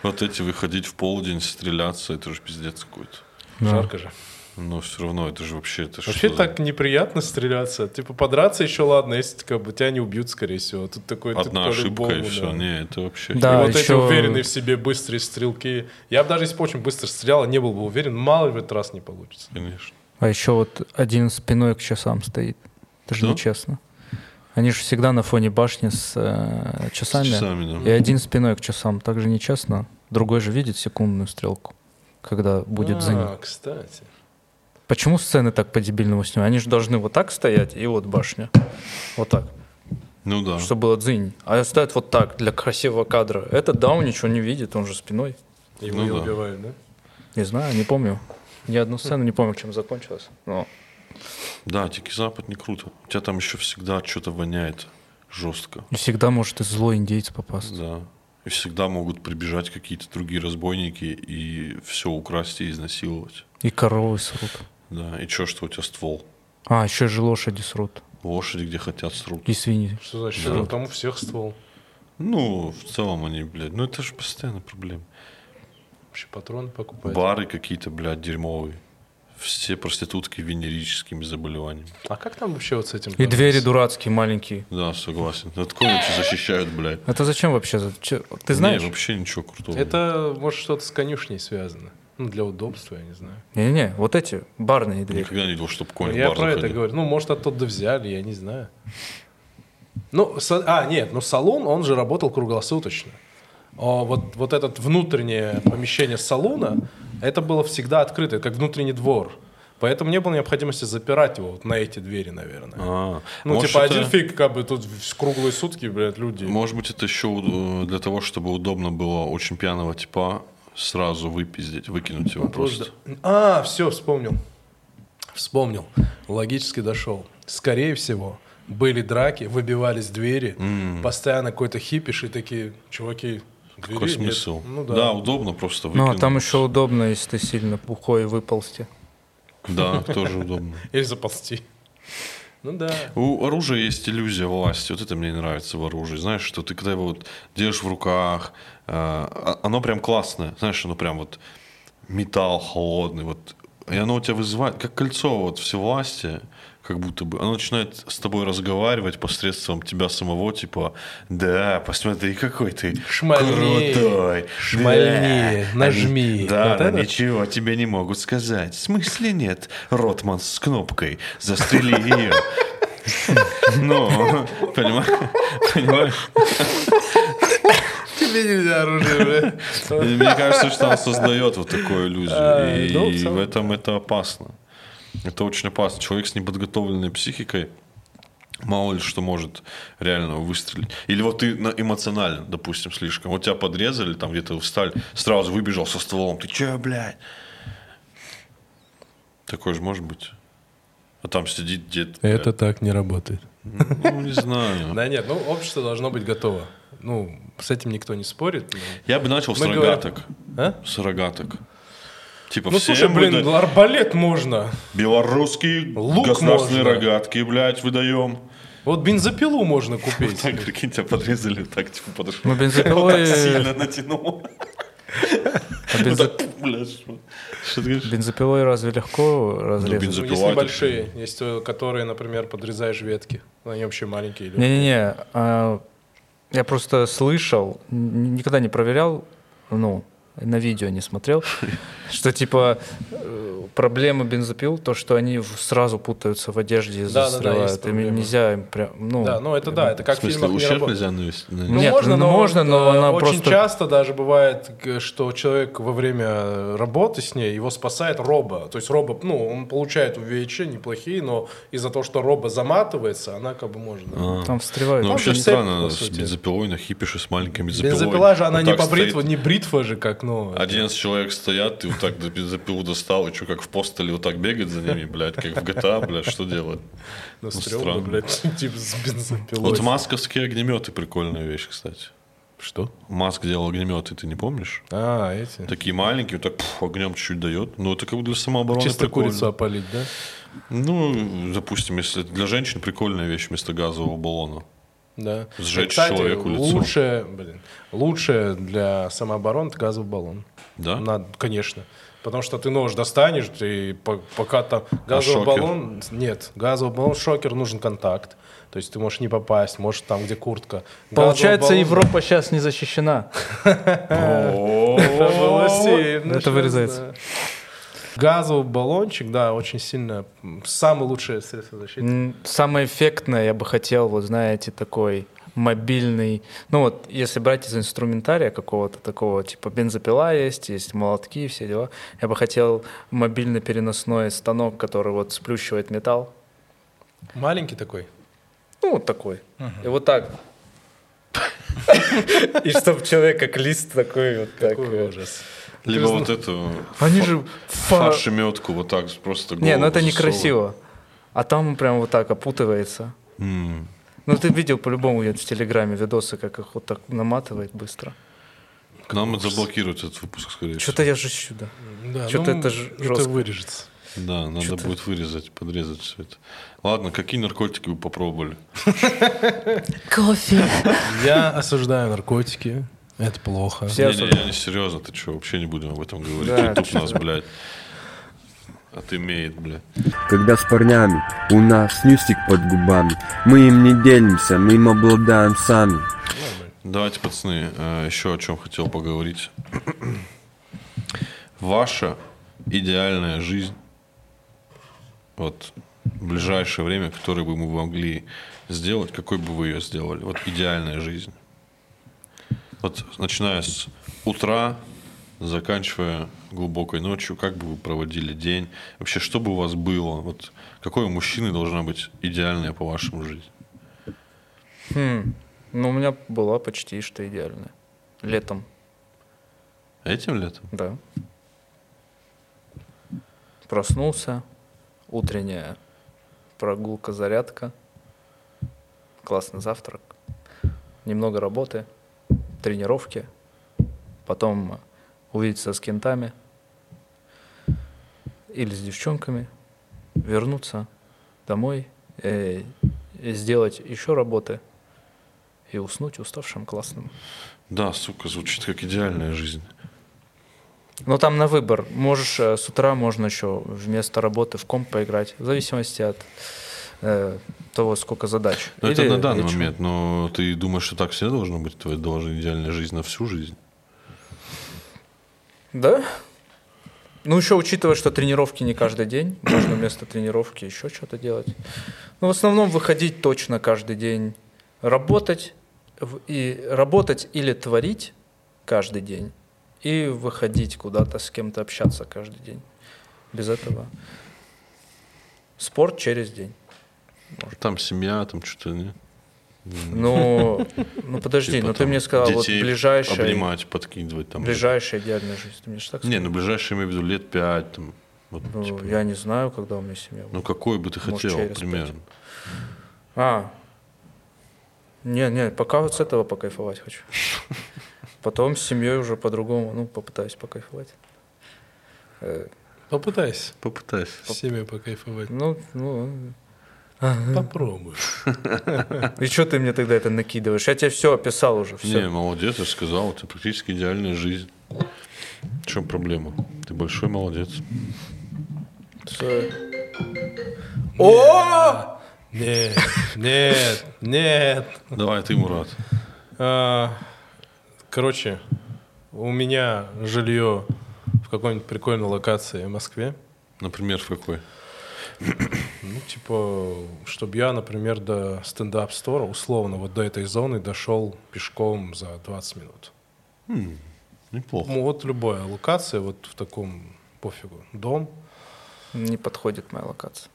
Speaker 1: вот эти выходить в полдень, стреляться, это же пиздец какой-то.
Speaker 2: Да.
Speaker 4: Жарко Ну, же.
Speaker 1: Но все равно это же вообще... Это
Speaker 4: Вообще
Speaker 1: что за-
Speaker 4: так неприятно стреляться. Типа подраться еще ладно, если как бы тебя не убьют, скорее всего. Тут такой ты
Speaker 1: Одна ошибка и
Speaker 4: по-любому,
Speaker 1: все.
Speaker 4: да.
Speaker 1: Не, это вообще...
Speaker 2: Да.
Speaker 4: И вот эти
Speaker 2: еще-
Speaker 4: уверенные в себе быстрые стрелки. Я бы даже если бы очень быстро стрелял, не был бы уверен, мало ли в этот раз не получится.
Speaker 1: Конечно.
Speaker 2: А еще вот один спиной к часам стоит. Это же
Speaker 1: Что?
Speaker 2: нечестно. Они же всегда на фоне башни с э, часами.
Speaker 1: С часами,
Speaker 2: И
Speaker 1: да.
Speaker 2: один спиной к часам. Так же нечестно. Другой же видит секундную стрелку, когда будет за ним.
Speaker 4: А, кстати.
Speaker 2: Почему сцены так по-дебильному снимают? Они же должны вот так стоять и вот башня. Вот так.
Speaker 1: Ну да.
Speaker 2: Чтобы было дзынь. А стоят вот так, для красивого кадра. Этот даун ничего не видит, он же спиной.
Speaker 4: Его
Speaker 1: Ну
Speaker 4: и
Speaker 1: да.
Speaker 4: убивают, да?
Speaker 2: Не знаю, не помню. Ни одну сцену не помню, чем закончилась. Но
Speaker 1: Да, Дикий Запад не круто. У тебя там еще всегда что-то воняет жестко.
Speaker 2: и всегда может и злой индейец попасть.
Speaker 1: Да. И всегда могут прибежать какие-то другие разбойники и все украсть и изнасиловать.
Speaker 2: И коровы срут.
Speaker 1: Да. И че, что у тебя ствол?
Speaker 2: А, еще же лошади срут.
Speaker 1: Лошади, где хотят, срут.
Speaker 2: И свиньи.
Speaker 4: Что значит?
Speaker 1: Да.
Speaker 4: Ну, Там у всех ствол.
Speaker 1: Ну, в целом они, блядь. Ну, это же постоянно проблема.
Speaker 4: Вообще патроны покупать.
Speaker 1: Бары какие-то, блядь, дерьмовые. Все проститутки венерическими заболеваниями.
Speaker 4: А как там вообще вот с этим?
Speaker 2: И
Speaker 4: бороться?
Speaker 2: двери дурацкие, маленькие.
Speaker 1: Да, согласен. От кого они тебя защищают, блядь?
Speaker 2: Это зачем вообще? За- чё- Ты знаешь?
Speaker 1: Не, ну, вообще ничего крутого.
Speaker 4: Это, может, что-то с конюшней связано. Ну, для удобства, я не знаю.
Speaker 2: Не-не, вот эти барные двери.
Speaker 1: Никогда не думал, чтобы конь в
Speaker 4: я
Speaker 1: бар
Speaker 4: про это
Speaker 1: заходил.
Speaker 4: говорю. Ну, может, оттуда взяли, я не знаю. Ну, са- а, нет, ну салон, он же работал круглосуточно. А вот, вот это внутреннее помещение салона, это было всегда открыто, как внутренний двор. Поэтому не было необходимости запирать его вот на эти двери, наверное.
Speaker 1: А,
Speaker 4: ну,
Speaker 1: может,
Speaker 4: типа,
Speaker 1: это-
Speaker 4: один фиг, как бы тут в- круглые сутки, блядь, люди.
Speaker 1: Может быть, это еще у- для того, чтобы удобно было очень пьяного типа сразу выпиздить, выкинуть его просто.
Speaker 4: А, все, вспомнил. Вспомнил. Логически дошел. Скорее всего, были драки, выбивались двери, постоянно какой-то хипиш и такие, чуваки, двери
Speaker 1: Какой
Speaker 4: нет».
Speaker 1: смысл?
Speaker 4: Ну
Speaker 1: да.
Speaker 4: да.
Speaker 1: удобно просто
Speaker 2: Ну,
Speaker 1: выкинуть.
Speaker 2: а там еще удобно, если ты сильно пухой выползти.
Speaker 1: Да, тоже удобно.
Speaker 4: Или заползти. Ну да.
Speaker 1: У оружия есть иллюзия власти. Вот это мне нравится в оружии. Знаешь, что ты когда его вот держишь в руках, э, а- оно прям классное. Знаешь, оно прям вот металл холодный. Вот, и оно у тебя вызывает, как кольцо вот всевластия, как будто бы. Оно начинает с тобой разговаривать посредством тебя самого, типа, да, посмотри, какой ты
Speaker 4: Шмальни,
Speaker 1: крутой.
Speaker 4: шмальни,
Speaker 1: Да,
Speaker 4: нажми».
Speaker 1: Э, они- да,
Speaker 4: Вот
Speaker 1: но
Speaker 4: это?
Speaker 1: ничего тебе не могут сказать. В смысле нет? Ротман с кнопкой. Застрели ее. Ну, понимаешь? Понимаешь?
Speaker 4: Тебе нельзя оружие,
Speaker 1: И Мне кажется, что он создает вот такую
Speaker 4: А,
Speaker 1: иллюзию.
Speaker 4: ну, в
Speaker 1: И
Speaker 4: целом,
Speaker 1: в этом это опасно. Это очень опасно. Человек с неподготовленной психикой мало ли что может реально выстрелить. Или вот ты на- эмоционален, допустим, слишком. Вот тебя подрезали, там где-то встали, сразу выбежал со стволом. Ты че, блядь? Такое же может быть. А там сидит дед. блядь.
Speaker 4: так не работает.
Speaker 1: Ну, не знаю.
Speaker 4: <laughs> Да нет, ну общество должно быть готово. Ну, с этим никто не спорит. но-
Speaker 1: Я бы начал с
Speaker 4: Мы говорим-
Speaker 1: рогаток.
Speaker 4: А?
Speaker 1: С рогаток. Типа,
Speaker 4: Ну,
Speaker 1: всем
Speaker 4: слушай, блин,
Speaker 1: выдать-
Speaker 4: арбалет можно.
Speaker 1: Белорусские
Speaker 4: Лук
Speaker 1: государственные
Speaker 4: можно.
Speaker 1: рогатки, блядь, выдаем.
Speaker 4: Вот бензопилу можно купить.
Speaker 1: Так, прикинь, тебя подрезали, так, типа, подошел.
Speaker 2: Ну, бензопилой,
Speaker 1: Сильно <laughs> натянул. <laughs>
Speaker 2: а бензо-
Speaker 1: Блядь, что- что ты говоришь?
Speaker 2: бензопилой разве легко разрезать?
Speaker 1: бензо-
Speaker 4: Ну, Есть
Speaker 1: Запивать
Speaker 4: небольшие, есть э, которые, например, подрезаешь ветки. Но Они вообще маленькие. или-
Speaker 2: Не-не-не, а, я просто слышал, н- никогда не проверял, ну, на видео
Speaker 1: <laughs>
Speaker 2: не смотрел, что типа э, проблема бензопил, то, что они в- сразу путаются в одежде и
Speaker 4: Да-да-да, есть
Speaker 2: застревают. Им
Speaker 4: проблема.
Speaker 2: нельзя им прям, ну...
Speaker 4: Да, ну это да, это
Speaker 1: В
Speaker 4: как в
Speaker 1: смысле,
Speaker 4: фильмах не
Speaker 1: ущерб
Speaker 4: работает.
Speaker 1: нельзя нанести?
Speaker 4: Ну,
Speaker 2: Нет, ну, можно, но
Speaker 4: э,
Speaker 2: она
Speaker 4: очень
Speaker 2: просто-
Speaker 4: часто даже бывает, г- что человек во время работы с ней его спасает роба. То есть роба, ну, он получает увечья неплохие, но из-за того, что роба заматывается, она как бы может. да.
Speaker 2: Там встревают.
Speaker 1: Ну, вообще
Speaker 4: же цепь,
Speaker 1: странно,
Speaker 4: по
Speaker 1: с
Speaker 4: сути.
Speaker 1: бензопилой на хипише с маленьким бензопилой.
Speaker 4: Бензопила же, она
Speaker 1: Вот
Speaker 4: не
Speaker 1: так
Speaker 4: по
Speaker 1: стоит. А,
Speaker 4: бритву, не бритва же, как, ну. это-
Speaker 1: 11 человек стоят, ты вот так до бензопилу достал, и что, как в постеле вот так бегать за ними, блядь, как в GTA, блядь, что делать? Ну,
Speaker 4: Ну, стрёмно,
Speaker 1: странно.
Speaker 4: блядь, <laughs> типа с бензопилой.
Speaker 1: Вот масковские огнеметы прикольная вещь, кстати.
Speaker 4: Что?
Speaker 1: Маск делал огнеметы, ты не помнишь?
Speaker 4: А, эти.
Speaker 1: Такие маленькие, вот так пф, огнем чуть-чуть дает. Ну, это как бы для самообороны
Speaker 4: Чисто
Speaker 1: прикольно.
Speaker 4: курицу опалить, да?
Speaker 1: Ну, допустим, если это для женщин прикольная вещь вместо газового баллона.
Speaker 4: Да.
Speaker 1: Сжечь
Speaker 4: Кстати,
Speaker 1: человеку лицо.
Speaker 4: Лучше, блин, лучше для самообороны это газовый баллон.
Speaker 1: Да?
Speaker 4: Надо, конечно. Потому что ты нож достанешь, ты по- пока там газовый
Speaker 1: шокер?
Speaker 4: баллон... Нет, газовый баллон, шокер нужен контакт. То есть ты можешь не попасть, может там, где куртка. Газовый
Speaker 2: Получается,
Speaker 4: баллон-
Speaker 2: Европа сейчас не защищена.
Speaker 4: Это было сильно,
Speaker 2: Это
Speaker 4: щас,
Speaker 2: вырезается.
Speaker 4: да. Газовый баллончик, да, очень сильно. м, Самое лучшее средство защиты.
Speaker 2: М, Самое эффектное я бы хотел, вот знаете, такой мобильный. Ну вот, если брать из инструментария какого-то такого, типа бензопила есть, есть молотки и все дела, я бы хотел мобильно переносной станок, который вот сплющивает металл.
Speaker 4: Маленький такой.
Speaker 2: Ну, вот такой. И вот так. <laughs> И чтобы человек как лист такой вот так. э,
Speaker 4: Какой ужас.
Speaker 1: Либо вот эту
Speaker 2: Они же фа-
Speaker 1: фаршеметку вот так просто
Speaker 2: Не, ну
Speaker 1: голову
Speaker 2: это
Speaker 1: засовывают.
Speaker 2: некрасиво. А там прям вот так опутывается. Ну ты видел по-любому где-то в Телеграме видосы, как их вот так наматывает быстро.
Speaker 1: Нам это заблокируют этот выпуск, скорее всего.
Speaker 2: Что-то я же сюда.
Speaker 4: Да,
Speaker 2: Чё-то
Speaker 4: ну,
Speaker 2: это ж-
Speaker 4: Это
Speaker 2: жёстко.
Speaker 4: вырежется.
Speaker 1: Да, надо будет вырезать, подрезать все это. Ладно, какие наркотики вы попробовали?
Speaker 8: Кофе.
Speaker 4: Я осуждаю наркотики. Это плохо.
Speaker 2: Все
Speaker 1: не,
Speaker 2: осуждают.
Speaker 1: не, не, серьезно, ты что, вообще не будем об этом говорить.
Speaker 2: Да,
Speaker 1: Ютуб нас, блядь. Отымеет, блядь.
Speaker 5: Когда с парнями у нас нюсик под губами, мы им не делимся, мы им обладаем сами.
Speaker 1: Давайте, пацаны, э, еще о чем хотел поговорить. Ваша идеальная жизнь, вот в ближайшее время, которое бы мы могли сделать, какой бы вы ее сделали? Вот идеальная жизнь. Вот начиная с утра, заканчивая глубокой ночью, как бы вы проводили день? Вообще, что бы у вас было? Вот какой у мужчины должна быть идеальная по вашему жизни?
Speaker 2: Ну у меня была почти что идеальная. Летом,
Speaker 1: Этим летом?
Speaker 2: да. Проснулся, утренняя прогулка, зарядка, классный завтрак, немного работы, тренировки, потом увидеться с кентами или с девчонками, вернуться домой, э, и сделать еще работы и уснуть уставшим классным.
Speaker 1: Да, сука, звучит как идеальная жизнь.
Speaker 2: Но Ну, там на выбор. Можешь э, с утра можно еще вместо работы в комп поиграть, в зависимости от э, того, сколько задач.
Speaker 1: Но Ну, это
Speaker 2: Или
Speaker 1: на данный
Speaker 2: вечером.
Speaker 1: момент, но ты думаешь, что так всегда должно быть? Твоя должна идеальная жизнь на всю жизнь?
Speaker 2: Да. Ну, еще учитывая, что тренировки не каждый день, <clears throat> можно вместо тренировки еще что-то делать. Но в основном выходить точно каждый день, работать, в- и работать или творить каждый день, и выходить куда-то с кем-то общаться каждый день. Без этого. Спорт через день.
Speaker 1: Там семья, там что-то, не?
Speaker 2: Ну, ну подожди,
Speaker 1: Типа
Speaker 2: ну ты
Speaker 1: там
Speaker 2: мне сказал, вот
Speaker 1: детей
Speaker 2: ближайшая,
Speaker 1: Обнимать, подкидывать там.
Speaker 2: ближайшая идеальная жизнь. Ты мне же так
Speaker 1: Не,
Speaker 2: сказал?
Speaker 1: ну ближайшие, я имею в виду, лет пять, там. Вот,
Speaker 2: Ну,
Speaker 1: типа,
Speaker 2: я не знаю, когда у меня семья будет.
Speaker 1: ну, какой бы ты
Speaker 2: может,
Speaker 1: хотел,
Speaker 2: через пять.
Speaker 1: примерно? Ну.
Speaker 2: А. Не, не, пока вот с этого
Speaker 1: <laughs>
Speaker 2: покайфовать хочу. Потом с семьей уже по-другому, ну, попытаюсь покайфовать. Э,
Speaker 4: Попытайся
Speaker 1: Попытайся.
Speaker 4: с семьей покайфовать.
Speaker 2: Ну, ну.
Speaker 4: Попробуй.
Speaker 2: И что ты мне тогда это накидываешь? Я тебе все описал уже,
Speaker 1: Не,
Speaker 2: все.
Speaker 1: молодец, я же сказал, у тебя практически идеальная жизнь. В чем проблема? Ты большой молодец.
Speaker 4: Нет, нет, нет.
Speaker 1: Давай, ты, Мурат.
Speaker 4: А, Короче, у меня жилье в какой-нибудь прикольной локации в Москве.
Speaker 1: Например, в какой?
Speaker 4: Ну, типа, чтобы я, например, до стендап-стора, условно, вот до этой зоны дошел пешком за 20 минут.
Speaker 1: Неплохо.
Speaker 4: Ну, вот любая локация, вот в таком, пофигу, дом.
Speaker 2: Не подходит моя локация.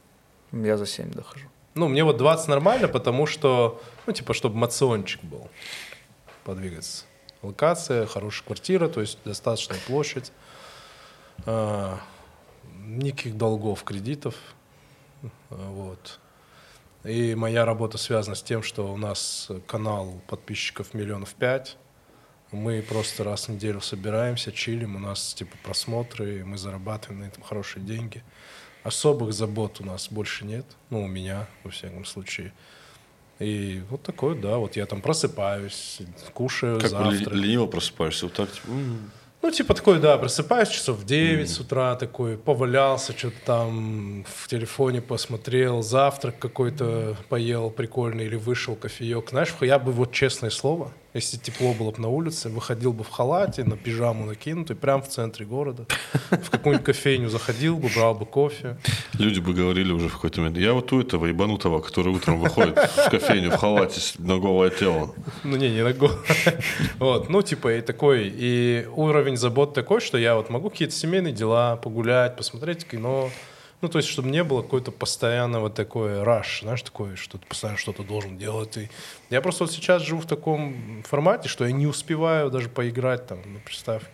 Speaker 2: Я за 7 дохожу.
Speaker 4: Ну, мне вот 20 нормально, потому что, ну, типа, чтобы мациончик был, подвигаться. Локация, хорошая квартира, то есть достаточная площадь. А, никаких долгов, кредитов. А, Вот. И моя работа связана с тем, что у нас канал подписчиков миллионов пять. Мы просто раз в неделю собираемся, чилим, у нас типа просмотры, мы зарабатываем на этом хорошие деньги. Особых забот у нас больше нет, ну у меня, во всяком случае. И вот такое, да, вот я там просыпаюсь, кушаю
Speaker 1: Как бы
Speaker 4: завтрак.
Speaker 1: ле- лениво просыпаешься, вот так, типа, м,
Speaker 4: Ну, Ну, типа такой, да, просыпаюсь часов в 9 с утра, такой, повалялся, что-то там в телефоне посмотрел, завтрак какой-то поел прикольный или вышел кофеек. Знаешь, я бы, вот честное слово, если тепло было бы на улице, выходил бы в халате, на пижаму накинутый, прям в центре города, в какую-нибудь кофейню заходил бы, брал бы кофе.
Speaker 1: Люди бы говорили уже в какой-то момент, я вот у этого ебанутого, который утром выходит в кофейню в халате с- на голое тело.
Speaker 4: Ну, не, не на голову. <laughs> Вот, ну, типа, и такой. И уровень забот такой, что я вот могу какие-то семейные дела погулять, посмотреть кино. Ну, то есть, чтобы не было какой-то постоянного такой раш, знаешь, такой, что ты постоянно что-то должен делать. И я просто вот сейчас живу в таком формате, что я не успеваю даже поиграть там на приставке.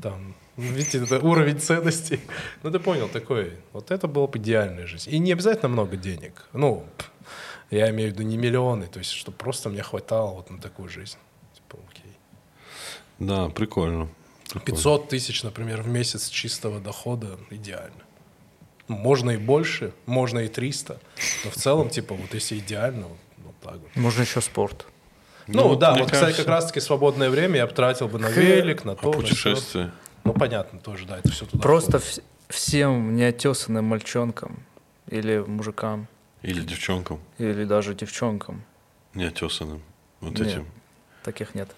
Speaker 4: Там, ну, видите, это уровень ценностей. Ну, ты понял, такой. Вот это было бы идеальная жизнь. И не обязательно много денег. Ну, пф, я имею в виду не миллионы, то есть, чтобы просто мне хватало вот на такую жизнь. Типа, окей.
Speaker 1: Да, прикольно. Прикольно.
Speaker 4: 500 тысяч, например, в месяц чистого дохода идеально. Ну, Можно и больше, можно и 300, но в целом, типа, вот если идеально, вот, ну, вот так вот.
Speaker 2: Можно еще спорт.
Speaker 4: Ну,
Speaker 1: вот
Speaker 4: да,
Speaker 1: мне
Speaker 4: вот, кстати,
Speaker 1: кажется-
Speaker 4: как раз-таки свободное время я бы тратил бы на велик, на то,
Speaker 1: А
Speaker 4: на сё.
Speaker 1: путешествия?
Speaker 4: Ну, понятно, тоже, да, это все туда.
Speaker 2: Просто
Speaker 4: входит.
Speaker 2: вс- всем неотесанным мальчонкам или мужикам,
Speaker 1: Или девчонкам
Speaker 2: или даже девчонкам,
Speaker 1: неотесанным. Вот
Speaker 2: Нет.
Speaker 1: этим
Speaker 2: таких нет.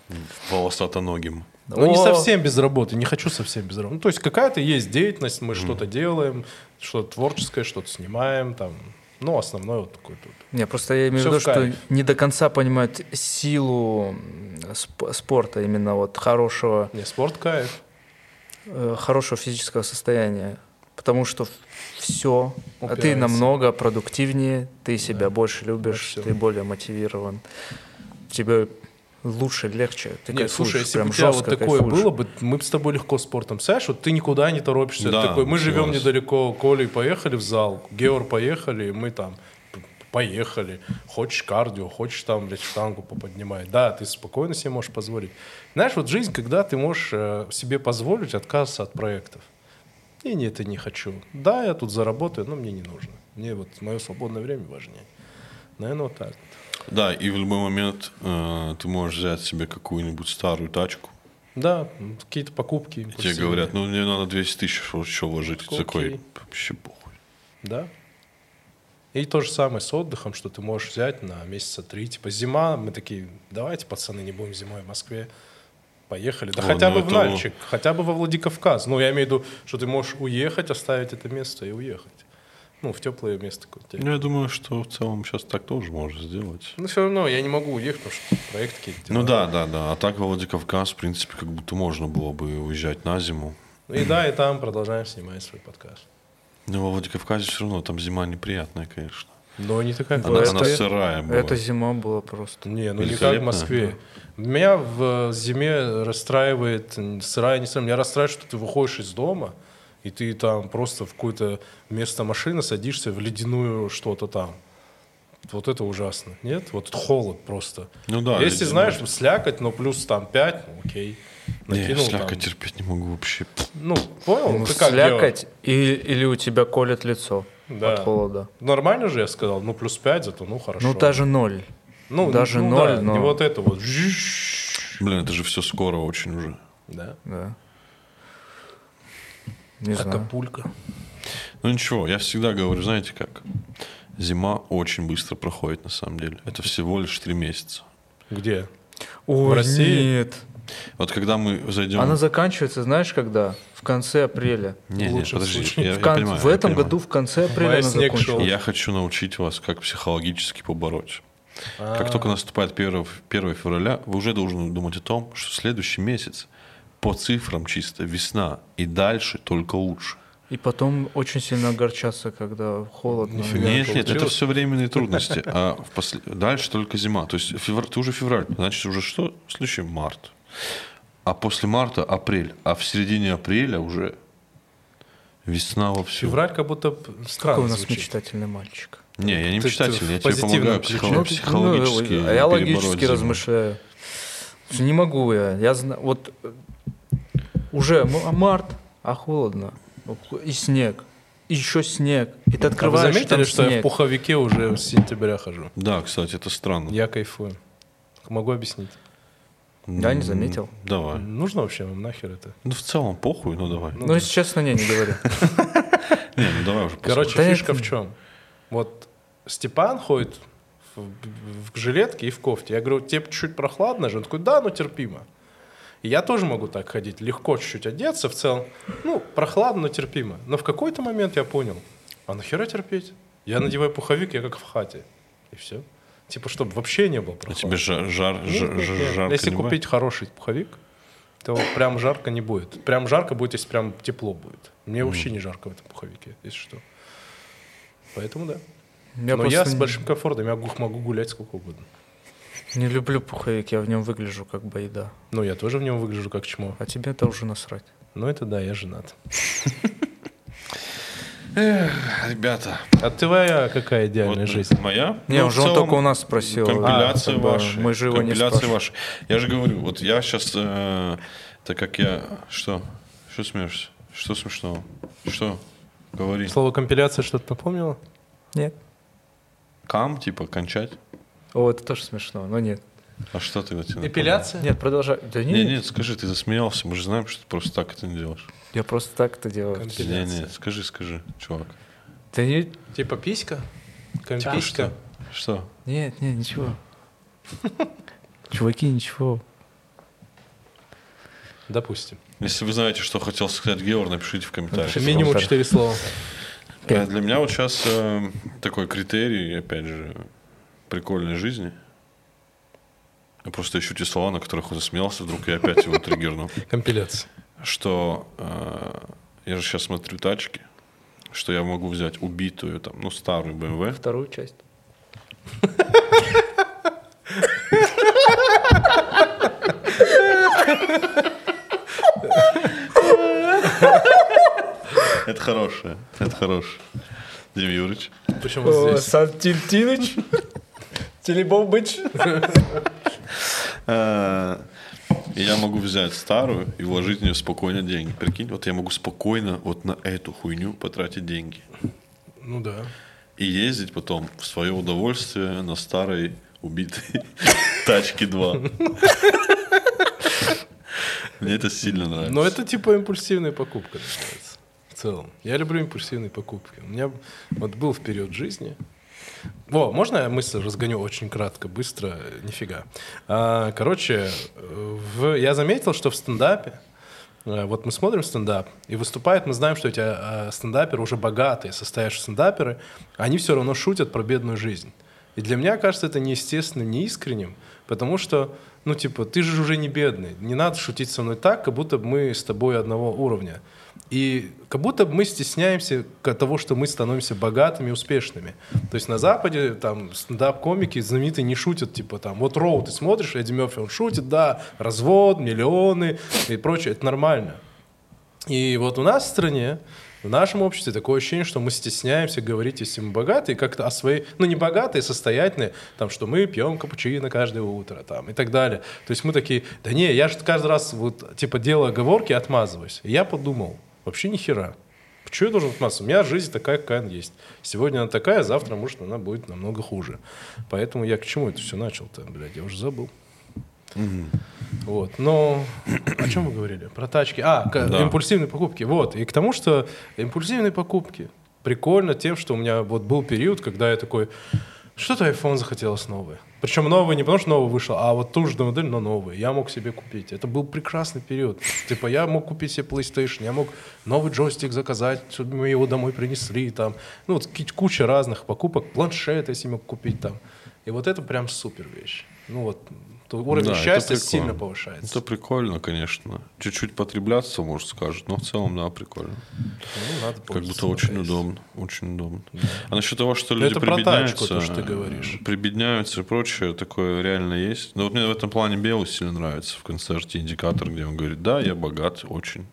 Speaker 1: волосатоногим.
Speaker 4: Ну, не
Speaker 2: О,
Speaker 4: совсем без работы, не хочу совсем без работы. Ну, то есть какая-то есть деятельность, мы что-то делаем, что-то творческое, что-то снимаем, там, ну, основное вот такое тут.
Speaker 2: Не, просто я имею в
Speaker 4: Всё
Speaker 2: виду,
Speaker 4: в
Speaker 2: что
Speaker 4: кайф.
Speaker 2: не до конца понимают силу м, сп- спорта, именно вот хорошего,
Speaker 4: Не, спорт кайф.
Speaker 2: э, хорошего физического состояния. Потому что все, а ты
Speaker 4: Упирается.
Speaker 2: намного продуктивнее, ты себя больше любишь,
Speaker 4: всё.
Speaker 2: ты более мотивирован, тебе лучше, легче. Ты
Speaker 4: Нет, слушай,
Speaker 2: кайфуешь,
Speaker 4: если бы
Speaker 2: прям
Speaker 4: у тебя вот
Speaker 2: жёстко
Speaker 4: такое
Speaker 2: кайфуешь.
Speaker 4: было бы, мы бы с тобой легко спортом. Знаешь, вот ты никуда не торопишься.
Speaker 1: Да,
Speaker 4: ты такой, мы живем
Speaker 1: согласен.
Speaker 4: недалеко, Колей поехали в зал, Геор поехали, и мы там п- поехали. Хочешь кардио, хочешь там, блядь, штангу поподнимай. Да, ты спокойно себе можешь позволить. Знаешь, вот жизнь, когда ты можешь э, себе позволить отказаться от проектов. И нет, это не хочу. Да, я тут заработаю, но мне не нужно. Мне вот мое свободное время важнее. Наверное, вот так.
Speaker 1: Да, и в любой момент э, ты можешь взять себе какую-нибудь старую тачку.
Speaker 4: Да, м, какие-то покупки.
Speaker 1: И тебе
Speaker 4: импульсивные.
Speaker 1: говорят, ну мне надо 200 тысяч, вот что вложить. Ты
Speaker 4: Окей.
Speaker 1: Такой, вообще похуй.
Speaker 4: Да. И то же самое с отдыхом, что ты можешь взять на месяца три. Типа зима, мы такие, давайте, пацаны, не будем зимой в Москве. Поехали. Да
Speaker 1: Ой,
Speaker 4: хотя
Speaker 1: ну
Speaker 4: бы в
Speaker 1: это-
Speaker 4: Нальчик, хотя бы во Владикавказ. Ну, я имею в виду, что ты можешь уехать, оставить это место и уехать. Ну, в теплое место. какое-то.
Speaker 1: Ну, я думаю, что в целом сейчас так тоже можно сделать.
Speaker 4: Но все равно я не могу уехать, потому что проект какие-то. дела.
Speaker 1: Ну да, да, да. А так Владикавказ, в принципе, как будто можно было бы уезжать на зиму.
Speaker 4: Ну И да, и там продолжаем снимать свой подкаст.
Speaker 1: Но Ну, во Владикавказе все равно там зима неприятная, конечно.
Speaker 4: Но не такая
Speaker 1: Она,
Speaker 2: это-
Speaker 1: она сырая была.
Speaker 2: Это зима была просто.
Speaker 4: Не, ну не как в
Speaker 1: Великолепно.
Speaker 4: Москве. Меня в э, зиме расстраивает м, сырая, не сырая. Меня расстраивает, что ты выходишь из дома, и ты там просто в какое-то место машины садишься в ледяную что-то там. Вот это ужасно. Нет? Вот холод просто.
Speaker 1: Ну да,
Speaker 4: Если
Speaker 1: ледяной.
Speaker 4: знаешь, слякоть, но плюс там 5, ну окей.
Speaker 1: Не,
Speaker 4: Накинул
Speaker 1: сляка
Speaker 4: там.
Speaker 1: терпеть не могу вообще.
Speaker 4: Ну, понял?
Speaker 2: Ну,
Speaker 4: Ты как,
Speaker 2: слякоть, и- или у тебя колет лицо
Speaker 4: Да.
Speaker 2: от холода.
Speaker 4: Гео? Нормально же я сказал, ну плюс 5, зато ну хорошо.
Speaker 2: Ну, даже ноль.
Speaker 4: ну,
Speaker 2: даже
Speaker 4: ну,
Speaker 2: ноль,
Speaker 4: да,
Speaker 2: но-
Speaker 4: не вот это вот.
Speaker 1: Блин, это же все скоро очень уже.
Speaker 4: Да.
Speaker 2: Да. Не знаю.
Speaker 4: Акапулька.
Speaker 1: Ну ничего, я всегда говорю, знаете как? Зима очень быстро проходит на самом деле. Это всего лишь три месяца.
Speaker 4: Где?
Speaker 2: Ой,
Speaker 4: России?
Speaker 2: нет.
Speaker 1: Вот когда мы зайдем...
Speaker 2: Она заканчивается, знаешь, когда? В конце апреля.
Speaker 1: Не,
Speaker 4: В
Speaker 1: не,
Speaker 4: лучшем
Speaker 1: подожди,
Speaker 4: случае.
Speaker 1: я-
Speaker 2: В,
Speaker 1: я
Speaker 2: кон-
Speaker 1: понимаю,
Speaker 2: в
Speaker 1: я
Speaker 2: этом
Speaker 1: понимаю.
Speaker 2: году в конце апреля
Speaker 4: Мая
Speaker 2: она
Speaker 4: снег
Speaker 2: закончилась.
Speaker 4: шел.
Speaker 1: Я хочу научить вас, как психологически побороть. Как
Speaker 4: А.
Speaker 1: только наступает 1, февраля, вы уже должны думать о том, что следующий месяц по цифрам чисто весна, и дальше только лучше.
Speaker 2: И потом очень сильно огорчаться, когда холодно. Ну,
Speaker 4: Нифига.
Speaker 1: Нет, нет, это
Speaker 4: получилось.
Speaker 1: все временные трудности. А в после- дальше только зима. То есть февр- ты уже февраль, значит уже что? Следующий март. А после марта апрель. А в середине апреля уже весна вовсю.
Speaker 4: Февраль как будто б- странно
Speaker 2: Какой у нас
Speaker 4: звучит. А
Speaker 2: мечтательный мальчик.
Speaker 1: Не, я не
Speaker 4: Ты- ты
Speaker 1: мечтатель,
Speaker 4: в
Speaker 1: я тебе
Speaker 4: позитивном
Speaker 1: помогаю
Speaker 4: ключе.
Speaker 1: психо-
Speaker 2: Ну,
Speaker 1: психологически.
Speaker 2: ну, а я
Speaker 1: перебороть
Speaker 2: логически
Speaker 1: зиму.
Speaker 2: размышляю. Не могу я. Я знаю, вот э, уже м- а март, а холодно. И снег. И еще снег. И ты
Speaker 4: А вы
Speaker 2: открываешь, и
Speaker 4: заметили,
Speaker 2: там
Speaker 4: что я в
Speaker 2: снег.
Speaker 4: пуховике уже с сентября хожу?
Speaker 1: Да, кстати, это странно.
Speaker 4: Я кайфую. Могу объяснить.
Speaker 2: Я не заметил.
Speaker 1: Давай.
Speaker 4: Нужно вообще вам нахер это?
Speaker 1: Ну, в целом, похуй, ну давай.
Speaker 2: Ну, если честно, не, не <laughs> говорю.
Speaker 1: Не, ну давай уже
Speaker 4: Короче,
Speaker 2: Да
Speaker 4: фишка
Speaker 2: это-
Speaker 4: в чем? Вот Степан ходит в, в жилетке и в кофте. Я говорю, тебе чуть прохладно же? Он такой, да, ну терпимо. И я тоже могу так ходить, легко чуть-чуть одеться в целом. Ну, прохладно, но терпимо. Но в какой-то момент я понял, а нахера терпеть? Я надеваю пуховик, я как в хате. И все. Типа, чтобы вообще не было
Speaker 1: А
Speaker 4: прохладно.
Speaker 1: тебе жар, жар,
Speaker 2: Ну,
Speaker 1: жар-
Speaker 4: Нет, нет, нет.
Speaker 1: жарко
Speaker 4: Если
Speaker 1: не бывает?
Speaker 4: купить хороший пуховик, то прям жарко не будет. Прям жарко будет, если прям тепло будет. Мне вообще не жарко в этом пуховике, если что. Поэтому да.
Speaker 2: Ну, Я
Speaker 4: Но я
Speaker 2: просто
Speaker 4: с
Speaker 2: не-
Speaker 4: большим комфортом, я гу- могу гулять сколько угодно.
Speaker 2: не люблю пуховик, я в нем выгляжу как байда.
Speaker 4: Но я тоже в нем выгляжу как чмо.
Speaker 2: А тебе это уже насрать.
Speaker 4: Но это да, я женат.
Speaker 1: Ребята,
Speaker 4: А твоя какая идеальная
Speaker 1: вот
Speaker 4: жизнь?
Speaker 1: моя?
Speaker 2: Не,
Speaker 1: Ну, в
Speaker 2: уже он
Speaker 1: целом,
Speaker 2: только у нас спросил.
Speaker 1: Компиляции
Speaker 2: А, как бы
Speaker 1: ваши.
Speaker 2: Мы же его не
Speaker 1: компиляции
Speaker 2: спрашивали.
Speaker 1: ваши. Я же говорю, вот я сейчас, так как я... Что? Что смеешься? Что смешного? Что? Говори.
Speaker 4: Слово компиляция что-то напомнило?
Speaker 2: Нет.
Speaker 1: Кам, типа, кончать?
Speaker 2: О, это тоже смешно, но нет.
Speaker 1: А что ты тебе напомнил?
Speaker 4: Эпиляция?
Speaker 2: Нет, продолжай. Да
Speaker 1: Не,
Speaker 2: нет,
Speaker 1: нет, скажи, ты засмеялся, мы же знаем, что ты просто так это не делаешь.
Speaker 2: я просто так это делаю.
Speaker 1: Не,
Speaker 4: Компиляция.
Speaker 1: не, скажи, скажи, чувак.
Speaker 2: Да нет,
Speaker 4: Типа писька? Ком-
Speaker 1: Типа
Speaker 4: Писька?
Speaker 1: что? Что?
Speaker 2: нет, нет, <laughs> ничего. Чуваки, ничего.
Speaker 4: Допустим.
Speaker 1: Если вы знаете, что хотел сказать Георг, напишите в комментариях.
Speaker 2: Напишите.
Speaker 4: Минимум
Speaker 2: Комментарий.
Speaker 4: четыре слова.
Speaker 1: Э, Для меня вот сейчас такой критерий, опять же, прикольной жизни. Я просто ищу те слова, на которых он засмеялся, вдруг я опять его триггерну.
Speaker 4: Компиляция.
Speaker 1: <laughs> Что э, я же сейчас смотрю тачки, что я могу взять убитую, там, ну, старую BMW,
Speaker 2: Вторую часть.
Speaker 1: Это хорошее. Это хорошее. Дим Юрьевич.
Speaker 4: Причем вот здесь.
Speaker 2: Сантильтиныч? Телебомбыч?
Speaker 1: Э, и Я могу взять старую и вложить в нее спокойно деньги. Прикинь, вот я могу спокойно вот на эту хуйню потратить деньги.
Speaker 4: Ну да.
Speaker 1: И ездить потом в свое удовольствие на старой убитой <laughs> тачке 2. Мне это сильно нравится.
Speaker 4: Но это типа импульсивная покупка, называется. В целом. Я люблю импульсивные покупки. У меня вот был в период жизни. Во, можно я мысль разгоню очень кратко, быстро? Нифига. А, короче, э, в- я заметил, что в стендапе э, вот мы смотрим стендап, и выступает, мы знаем, что эти э, стендаперы уже богатые, состоящие стендаперы, они все равно шутят про бедную жизнь. И для меня кажется это неестественно, неискренним, потому что, ну, типа, ты же уже не бедный, не надо шутить со мной так, как будто мы с тобой одного уровня. И как будто мы стесняемся к- того, что мы становимся богатыми и успешными. То есть на Западе там стендап-комики знаменитые не шутят, типа там, вот Роу ты смотришь, Эдди Мерфи, он шутит, да, развод, миллионы и прочее, это нормально. И вот у нас в стране, в нашем обществе такое ощущение, что мы стесняемся говорить, если мы богатые, как-то о своей, ну не богатые, состоятельные, там, что мы пьем капучино каждое утро, там, и так далее. То есть мы такие, да не, я же каждый раз вот, типа, делаю оговорки, отмазываюсь. И я подумал, вообще ни хера. Почему я должен отмазаться? У меня жизнь такая, какая она есть. Сегодня она такая, а завтра, может, она будет намного хуже. Поэтому я к чему это все начал-то, блядь, я уже забыл. Вот. Но о чем мы говорили? Про тачки. А, к-
Speaker 1: Да.
Speaker 4: импульсивные покупки. Вот. И к тому, что импульсивные покупки прикольно тем, что у меня вот был период, когда я такой, что-то iPhone захотелось новый. Причем новый не потому, что новый вышел, а вот ту же модель, но новый. Я мог себе купить. Это был прекрасный период. Типа я мог купить себе PlayStation, я мог новый джойстик заказать, чтобы мне его домой принесли. Там. Ну, вот ки- куча разных покупок. Планшет я себе мог купить там. И вот это прям супер вещь. Ну вот, то уровень
Speaker 1: Да, это
Speaker 4: счастья
Speaker 1: прикольно.
Speaker 4: сильно повышается.
Speaker 1: Это прикольно, конечно. Чуть-чуть потребляться, может, скажут, но в целом, да, прикольно.
Speaker 4: Ну, надо
Speaker 1: Как будто
Speaker 4: пользоваться,
Speaker 1: очень
Speaker 4: надо есть.
Speaker 1: удобно, очень удобно. А насчет того, что
Speaker 4: Ну,
Speaker 1: люди
Speaker 4: это про
Speaker 1: прибедняются,
Speaker 4: тачку, то, что ты говоришь.
Speaker 1: э, прибедняются и прочее, такое реально есть. Но вот мне в этом плане Белый сильно нравится в концерте «Индикатор», где он говорит, да, я богат очень.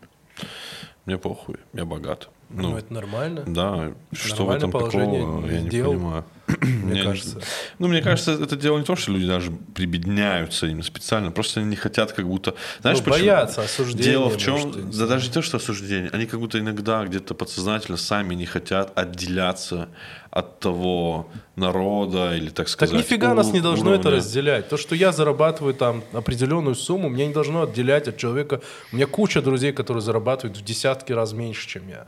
Speaker 1: Мне похуй, я богат. Ну,
Speaker 4: Ну, это нормально.
Speaker 1: Да, что в
Speaker 4: Нормальное
Speaker 1: этом
Speaker 4: положение
Speaker 1: такого,
Speaker 4: не
Speaker 1: я не
Speaker 4: сделал,
Speaker 1: понимаю.
Speaker 4: Мне
Speaker 1: Я не-
Speaker 4: кажется.
Speaker 1: Ну, мне кажется, это дело не то, что люди даже прибедняются им специально, просто они не хотят как будто... Знаешь,
Speaker 4: Ну,
Speaker 1: почему?
Speaker 4: боятся осуждения,
Speaker 1: Дело в чем...
Speaker 4: может, я не
Speaker 1: да даже не то, что осуждение. Они как будто иногда где-то подсознательно сами не хотят отделяться от того народа или, так
Speaker 4: Так
Speaker 1: сказать,
Speaker 4: нифига нас не
Speaker 1: ур-
Speaker 4: должно это
Speaker 1: уровня.
Speaker 4: разделять. То, что я зарабатываю там определенную сумму, меня не должно отделять от человека. У меня куча друзей, которые зарабатывают в десятки раз меньше, чем я.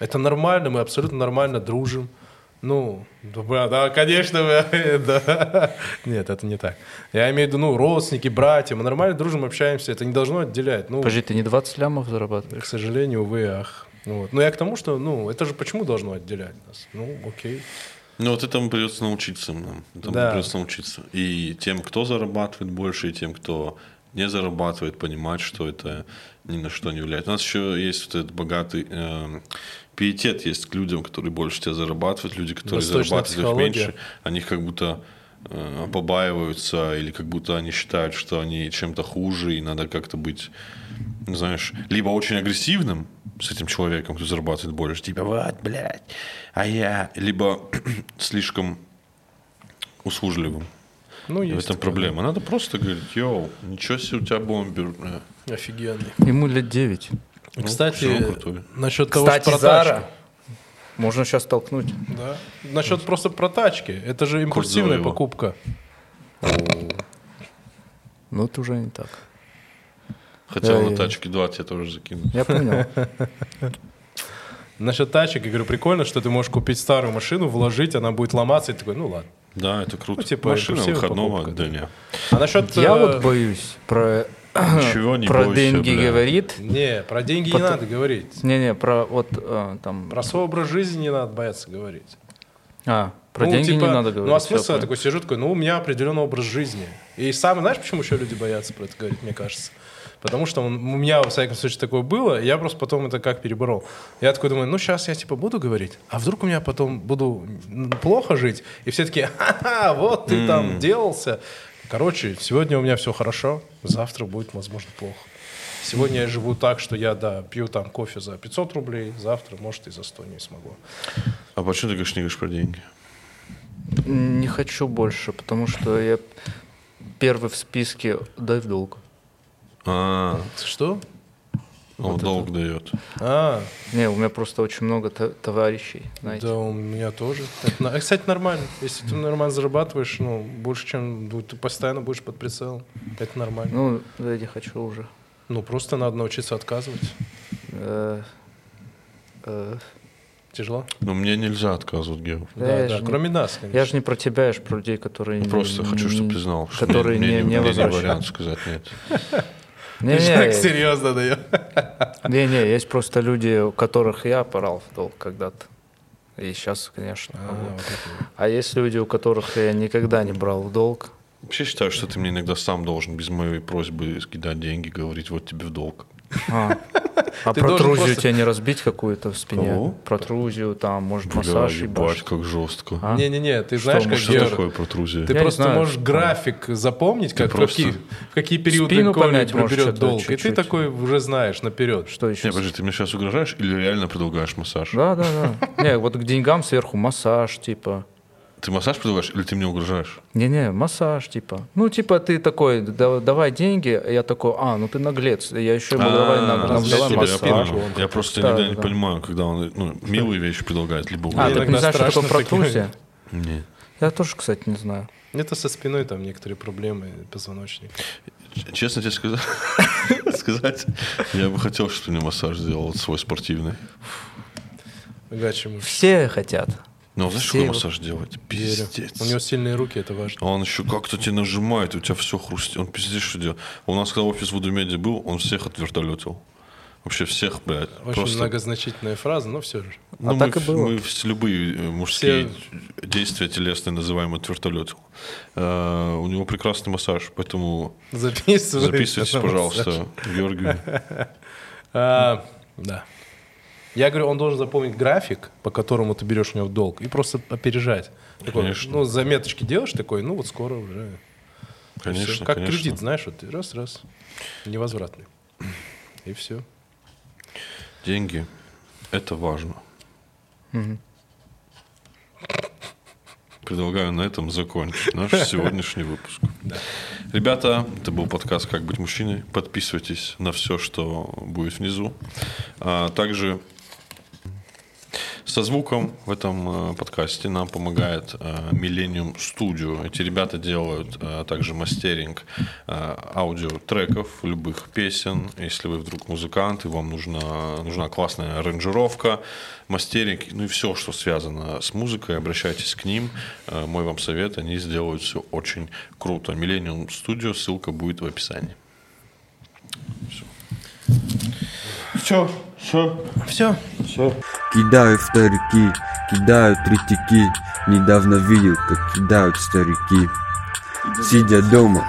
Speaker 4: Это нормально, мы абсолютно нормально дружим. Ну, да, бля, да, конечно, бля, <laughs> да. Нет, это не так. Я имею в виду, ну, родственники, братья, мы нормально дружим, общаемся, это не должно отделять. Ну,
Speaker 2: <laughs> Подожди, ты не 20 лямов зарабатываешь?
Speaker 4: к сожалению, увы, и ах. Вот. Но я к тому, что, ну, это же почему должно отделять нас? Ну, окей.
Speaker 1: Ну, вот этому придется научиться нам. Этому
Speaker 4: Да.
Speaker 1: придется научиться. И тем, кто зарабатывает больше, и тем, кто не зарабатывает, понимать, что это ни на что не влияет. У нас еще есть вот этот богатый эм, пиетет есть к людям, которые больше тебя зарабатывают, люди, которые
Speaker 4: Восточная
Speaker 1: зарабатывают
Speaker 4: психология.
Speaker 1: меньше, они как будто э, побаиваются или как будто они считают, что они чем-то хуже, и надо как-то быть, знаешь, либо очень агрессивным с этим человеком, кто зарабатывает больше, типа вот, блядь, а я, либо <clears throat> слишком услужливым.
Speaker 4: Ну,
Speaker 1: И в
Speaker 4: есть
Speaker 1: этом
Speaker 4: такое.
Speaker 1: проблема. Надо просто говорить, йоу, ничего себе у тебя бомбер. э, бля».
Speaker 4: Офигенный.
Speaker 2: Ему лет 9.
Speaker 1: Ну,
Speaker 4: Кстати,
Speaker 1: всё, крутой.
Speaker 4: насчет того,
Speaker 2: Кстати,
Speaker 4: что про
Speaker 2: Зара.
Speaker 4: тачки.
Speaker 2: Можно сейчас толкнуть.
Speaker 4: Да. Насчет просто про тачки. Это же импульсивная
Speaker 1: Курдзоева.
Speaker 4: покупка.
Speaker 2: Но Ну, это уже не так.
Speaker 1: Хотел
Speaker 2: Да,
Speaker 1: на
Speaker 2: я-
Speaker 1: тачке 2 тебе тоже закинуть.
Speaker 2: Я понял.
Speaker 4: Насчет тачек, я говорю, прикольно, что ты можешь купить старую машину, вложить, она будет ломаться, и ты такой, ну ладно.
Speaker 1: Да, это круто.
Speaker 4: Ну, типа,
Speaker 1: Машина
Speaker 4: импульсивная
Speaker 1: выходного
Speaker 4: покупка, да.
Speaker 1: дня.
Speaker 4: А насчет...
Speaker 2: Я <laughs>
Speaker 4: э,
Speaker 2: вот боюсь <coughs> про
Speaker 1: Ничего не
Speaker 2: про
Speaker 1: бойся,
Speaker 2: деньги
Speaker 1: бля.
Speaker 2: говорит.
Speaker 4: Не, про деньги не
Speaker 2: Потом-
Speaker 4: надо говорить.
Speaker 2: Не-не, про вот э, там...
Speaker 4: Про свой образ жизни не надо бояться говорить.
Speaker 2: А, про
Speaker 4: Ну,
Speaker 2: деньги
Speaker 4: типа,
Speaker 2: не надо говорить.
Speaker 4: Ну, а
Speaker 2: всё
Speaker 4: смысл я
Speaker 2: понял.
Speaker 4: такой сижу, такой, ну, у меня определенный образ жизни. И сам, знаешь, почему еще люди боятся про это говорить, мне кажется? Потому что он- у меня, во всяком случае, такое было, и я просто потом это как переборол. Я такой думаю, ну, сейчас я, типа, буду говорить, а вдруг у меня потом буду м, плохо жить? И все такие, ха-ха, вот ты там делался. Короче, сегодня у меня все хорошо, завтра будет, возможно, плохо. Сегодня я живу так, что я, да, пью там кофе за 500 рублей, завтра, может, и за 100 не смогу.
Speaker 1: А почему ты, конечно, не говоришь про деньги?
Speaker 2: Не хочу больше, потому что я первый в списке дай в долг.
Speaker 1: А,
Speaker 4: Что?
Speaker 1: он долг дает.
Speaker 4: А,
Speaker 2: Не, у меня просто очень много то- товарищей, знаете.
Speaker 4: Да, у меня тоже. Это на- кстати, нормально. Если ты нормально зарабатываешь, ну, больше, чем ну, ты постоянно будешь под прицелом. Это нормально.
Speaker 2: Ну, да, я хочу уже.
Speaker 4: Ну, просто надо научиться отказывать.
Speaker 2: Э, э,
Speaker 4: Тяжело.
Speaker 1: Но мне нельзя отказывать, Гео.
Speaker 2: Да,
Speaker 4: Да,
Speaker 2: я
Speaker 4: да.
Speaker 2: же не-
Speaker 4: Кроме нас, конечно.
Speaker 2: Я же не про тебя, я же про людей, которые...
Speaker 1: Ну, Просто
Speaker 2: не-
Speaker 1: хочу, чтобы
Speaker 2: не-
Speaker 1: ты знал, что
Speaker 2: которые
Speaker 1: мне, мне
Speaker 2: не,
Speaker 1: не, мне не
Speaker 2: возвращают.
Speaker 1: вариант сказать нет.
Speaker 2: Не,
Speaker 4: Ты
Speaker 2: не,
Speaker 4: так серьезно дает.
Speaker 2: не, не, есть просто люди, у которых я порал в долг когда-то. И сейчас, конечно. могу. А есть люди, у которых я никогда не брал в долг.
Speaker 1: Вообще считаю, что ты мне иногда сам должен без моей просьбы скидать деньги, говорить, вот тебе в долг.
Speaker 2: А,
Speaker 1: <laughs>
Speaker 2: а
Speaker 4: Ты
Speaker 2: про
Speaker 4: должен
Speaker 2: Трузию
Speaker 4: просто-
Speaker 2: тебя не разбить какую-то в
Speaker 1: Кого?
Speaker 2: спине? Про Трузию, там, может,
Speaker 1: Бля,
Speaker 2: массаж
Speaker 1: ебать,
Speaker 2: ебашь.
Speaker 1: как жестко.
Speaker 2: А?
Speaker 4: Не-не-не, ты знаешь,
Speaker 1: Ну,
Speaker 4: как
Speaker 1: что
Speaker 4: Гера.
Speaker 1: такое про Трузию?
Speaker 4: Ты
Speaker 2: Я не
Speaker 4: просто
Speaker 2: знаю,
Speaker 4: можешь
Speaker 2: что там.
Speaker 4: график запомнить, как,
Speaker 1: просто
Speaker 4: какие, в какие периоды
Speaker 2: Спину
Speaker 4: Коля
Speaker 2: помять можешь
Speaker 4: берет
Speaker 2: что-то
Speaker 4: долг. И ты
Speaker 2: чуть-чуть.
Speaker 4: такой уже знаешь наперед.
Speaker 2: Что еще?
Speaker 1: Не, подожди, ты мне сейчас угрожаешь или реально предлагаешь массаж?
Speaker 2: Да, да, да. Не, вот к деньгам сверху массаж, типа.
Speaker 1: Ты массаж предлагаешь или ты мне угрожаешь?
Speaker 2: Не-не, массаж, типа. Ну, типа, ты такой, «Да- давай деньги. а Я такой, а, ну ты наглец. Я еще ему давай
Speaker 1: А,
Speaker 2: на- нам
Speaker 1: я
Speaker 4: разлей
Speaker 2: давай
Speaker 1: тебя
Speaker 4: массаж.
Speaker 2: массаж.
Speaker 1: понял. Я просто
Speaker 2: Да,
Speaker 1: иногда
Speaker 2: да,
Speaker 1: не
Speaker 2: да.
Speaker 1: понимаю, когда он ну, милые вещи предлагает, либо
Speaker 2: А,
Speaker 1: угрожает.
Speaker 2: так
Speaker 4: иногда
Speaker 2: не знаешь, что такое
Speaker 4: страшно
Speaker 2: про
Speaker 4: такие
Speaker 2: Трузию?
Speaker 1: Не.
Speaker 2: Я тоже, кстати, не знаю.
Speaker 4: Это со спиной там некоторые проблемы позвоночника.
Speaker 1: Ч- Честно тебе сказать, <laughs> сказать, я бы хотел, чтобы ты мне массаж сделал вот свой спортивный.
Speaker 4: Гачи мужчина.
Speaker 2: Все хотят.
Speaker 1: Ну, знаешь,
Speaker 2: Все
Speaker 1: какой
Speaker 2: его-
Speaker 1: массаж делать?
Speaker 4: Верю.
Speaker 1: Пиздец.
Speaker 4: У него сильные руки, это важно.
Speaker 1: А он еще как-то тебя нажимает, и у тебя все хрустит. Он пиздец, что делает. У нас, когда офис в Удумеде был, он всех отвертолетил. Вообще всех, блядь.
Speaker 4: Очень
Speaker 1: просто...
Speaker 4: многозначительная фраза, но все же.
Speaker 1: Ну,
Speaker 2: А так
Speaker 1: мы,
Speaker 2: и было.
Speaker 1: мы вс- любые э, мужские действия телесные называем отвертолетил. Э, у него прекрасный массаж, поэтому
Speaker 4: Записывайтесь,
Speaker 1: записывайтесь, пожалуйста, Георгий.
Speaker 2: <laughs>
Speaker 4: А, да. Я говорю, он должен запомнить график, по которому ты берешь у него в долг, и просто опережать. Такой,
Speaker 1: Конечно.
Speaker 4: Ну, заметочки делаешь такой, ну вот скоро уже. и всё.
Speaker 1: Конечно,
Speaker 4: Как
Speaker 1: конечно.
Speaker 4: кредит, знаешь, вот ты раз-раз. Невозвратный. И все.
Speaker 1: Деньги. Это важно. Предлагаю на этом закончить наш сегодняшний выпуск. Ребята, это был подкаст «Как быть мужчиной». Подписывайтесь на все, что будет внизу. А также со звуком в этом э, подкасте нам помогает э, Millennium Studio. Эти ребята делают э, также мастеринг э, аудиотреков, любых песен. Если вы вдруг музыкант и вам нужна, нужна классная аранжировка, мастеринг, ну и все, что связано с музыкой, обращайтесь к ним. Э, мой вам совет, они сделают все очень круто. Millennium Studio, ссылка будет в описании.
Speaker 5: Кидают старики, кидают третики Недавно видел, как кидают старики Сидя дома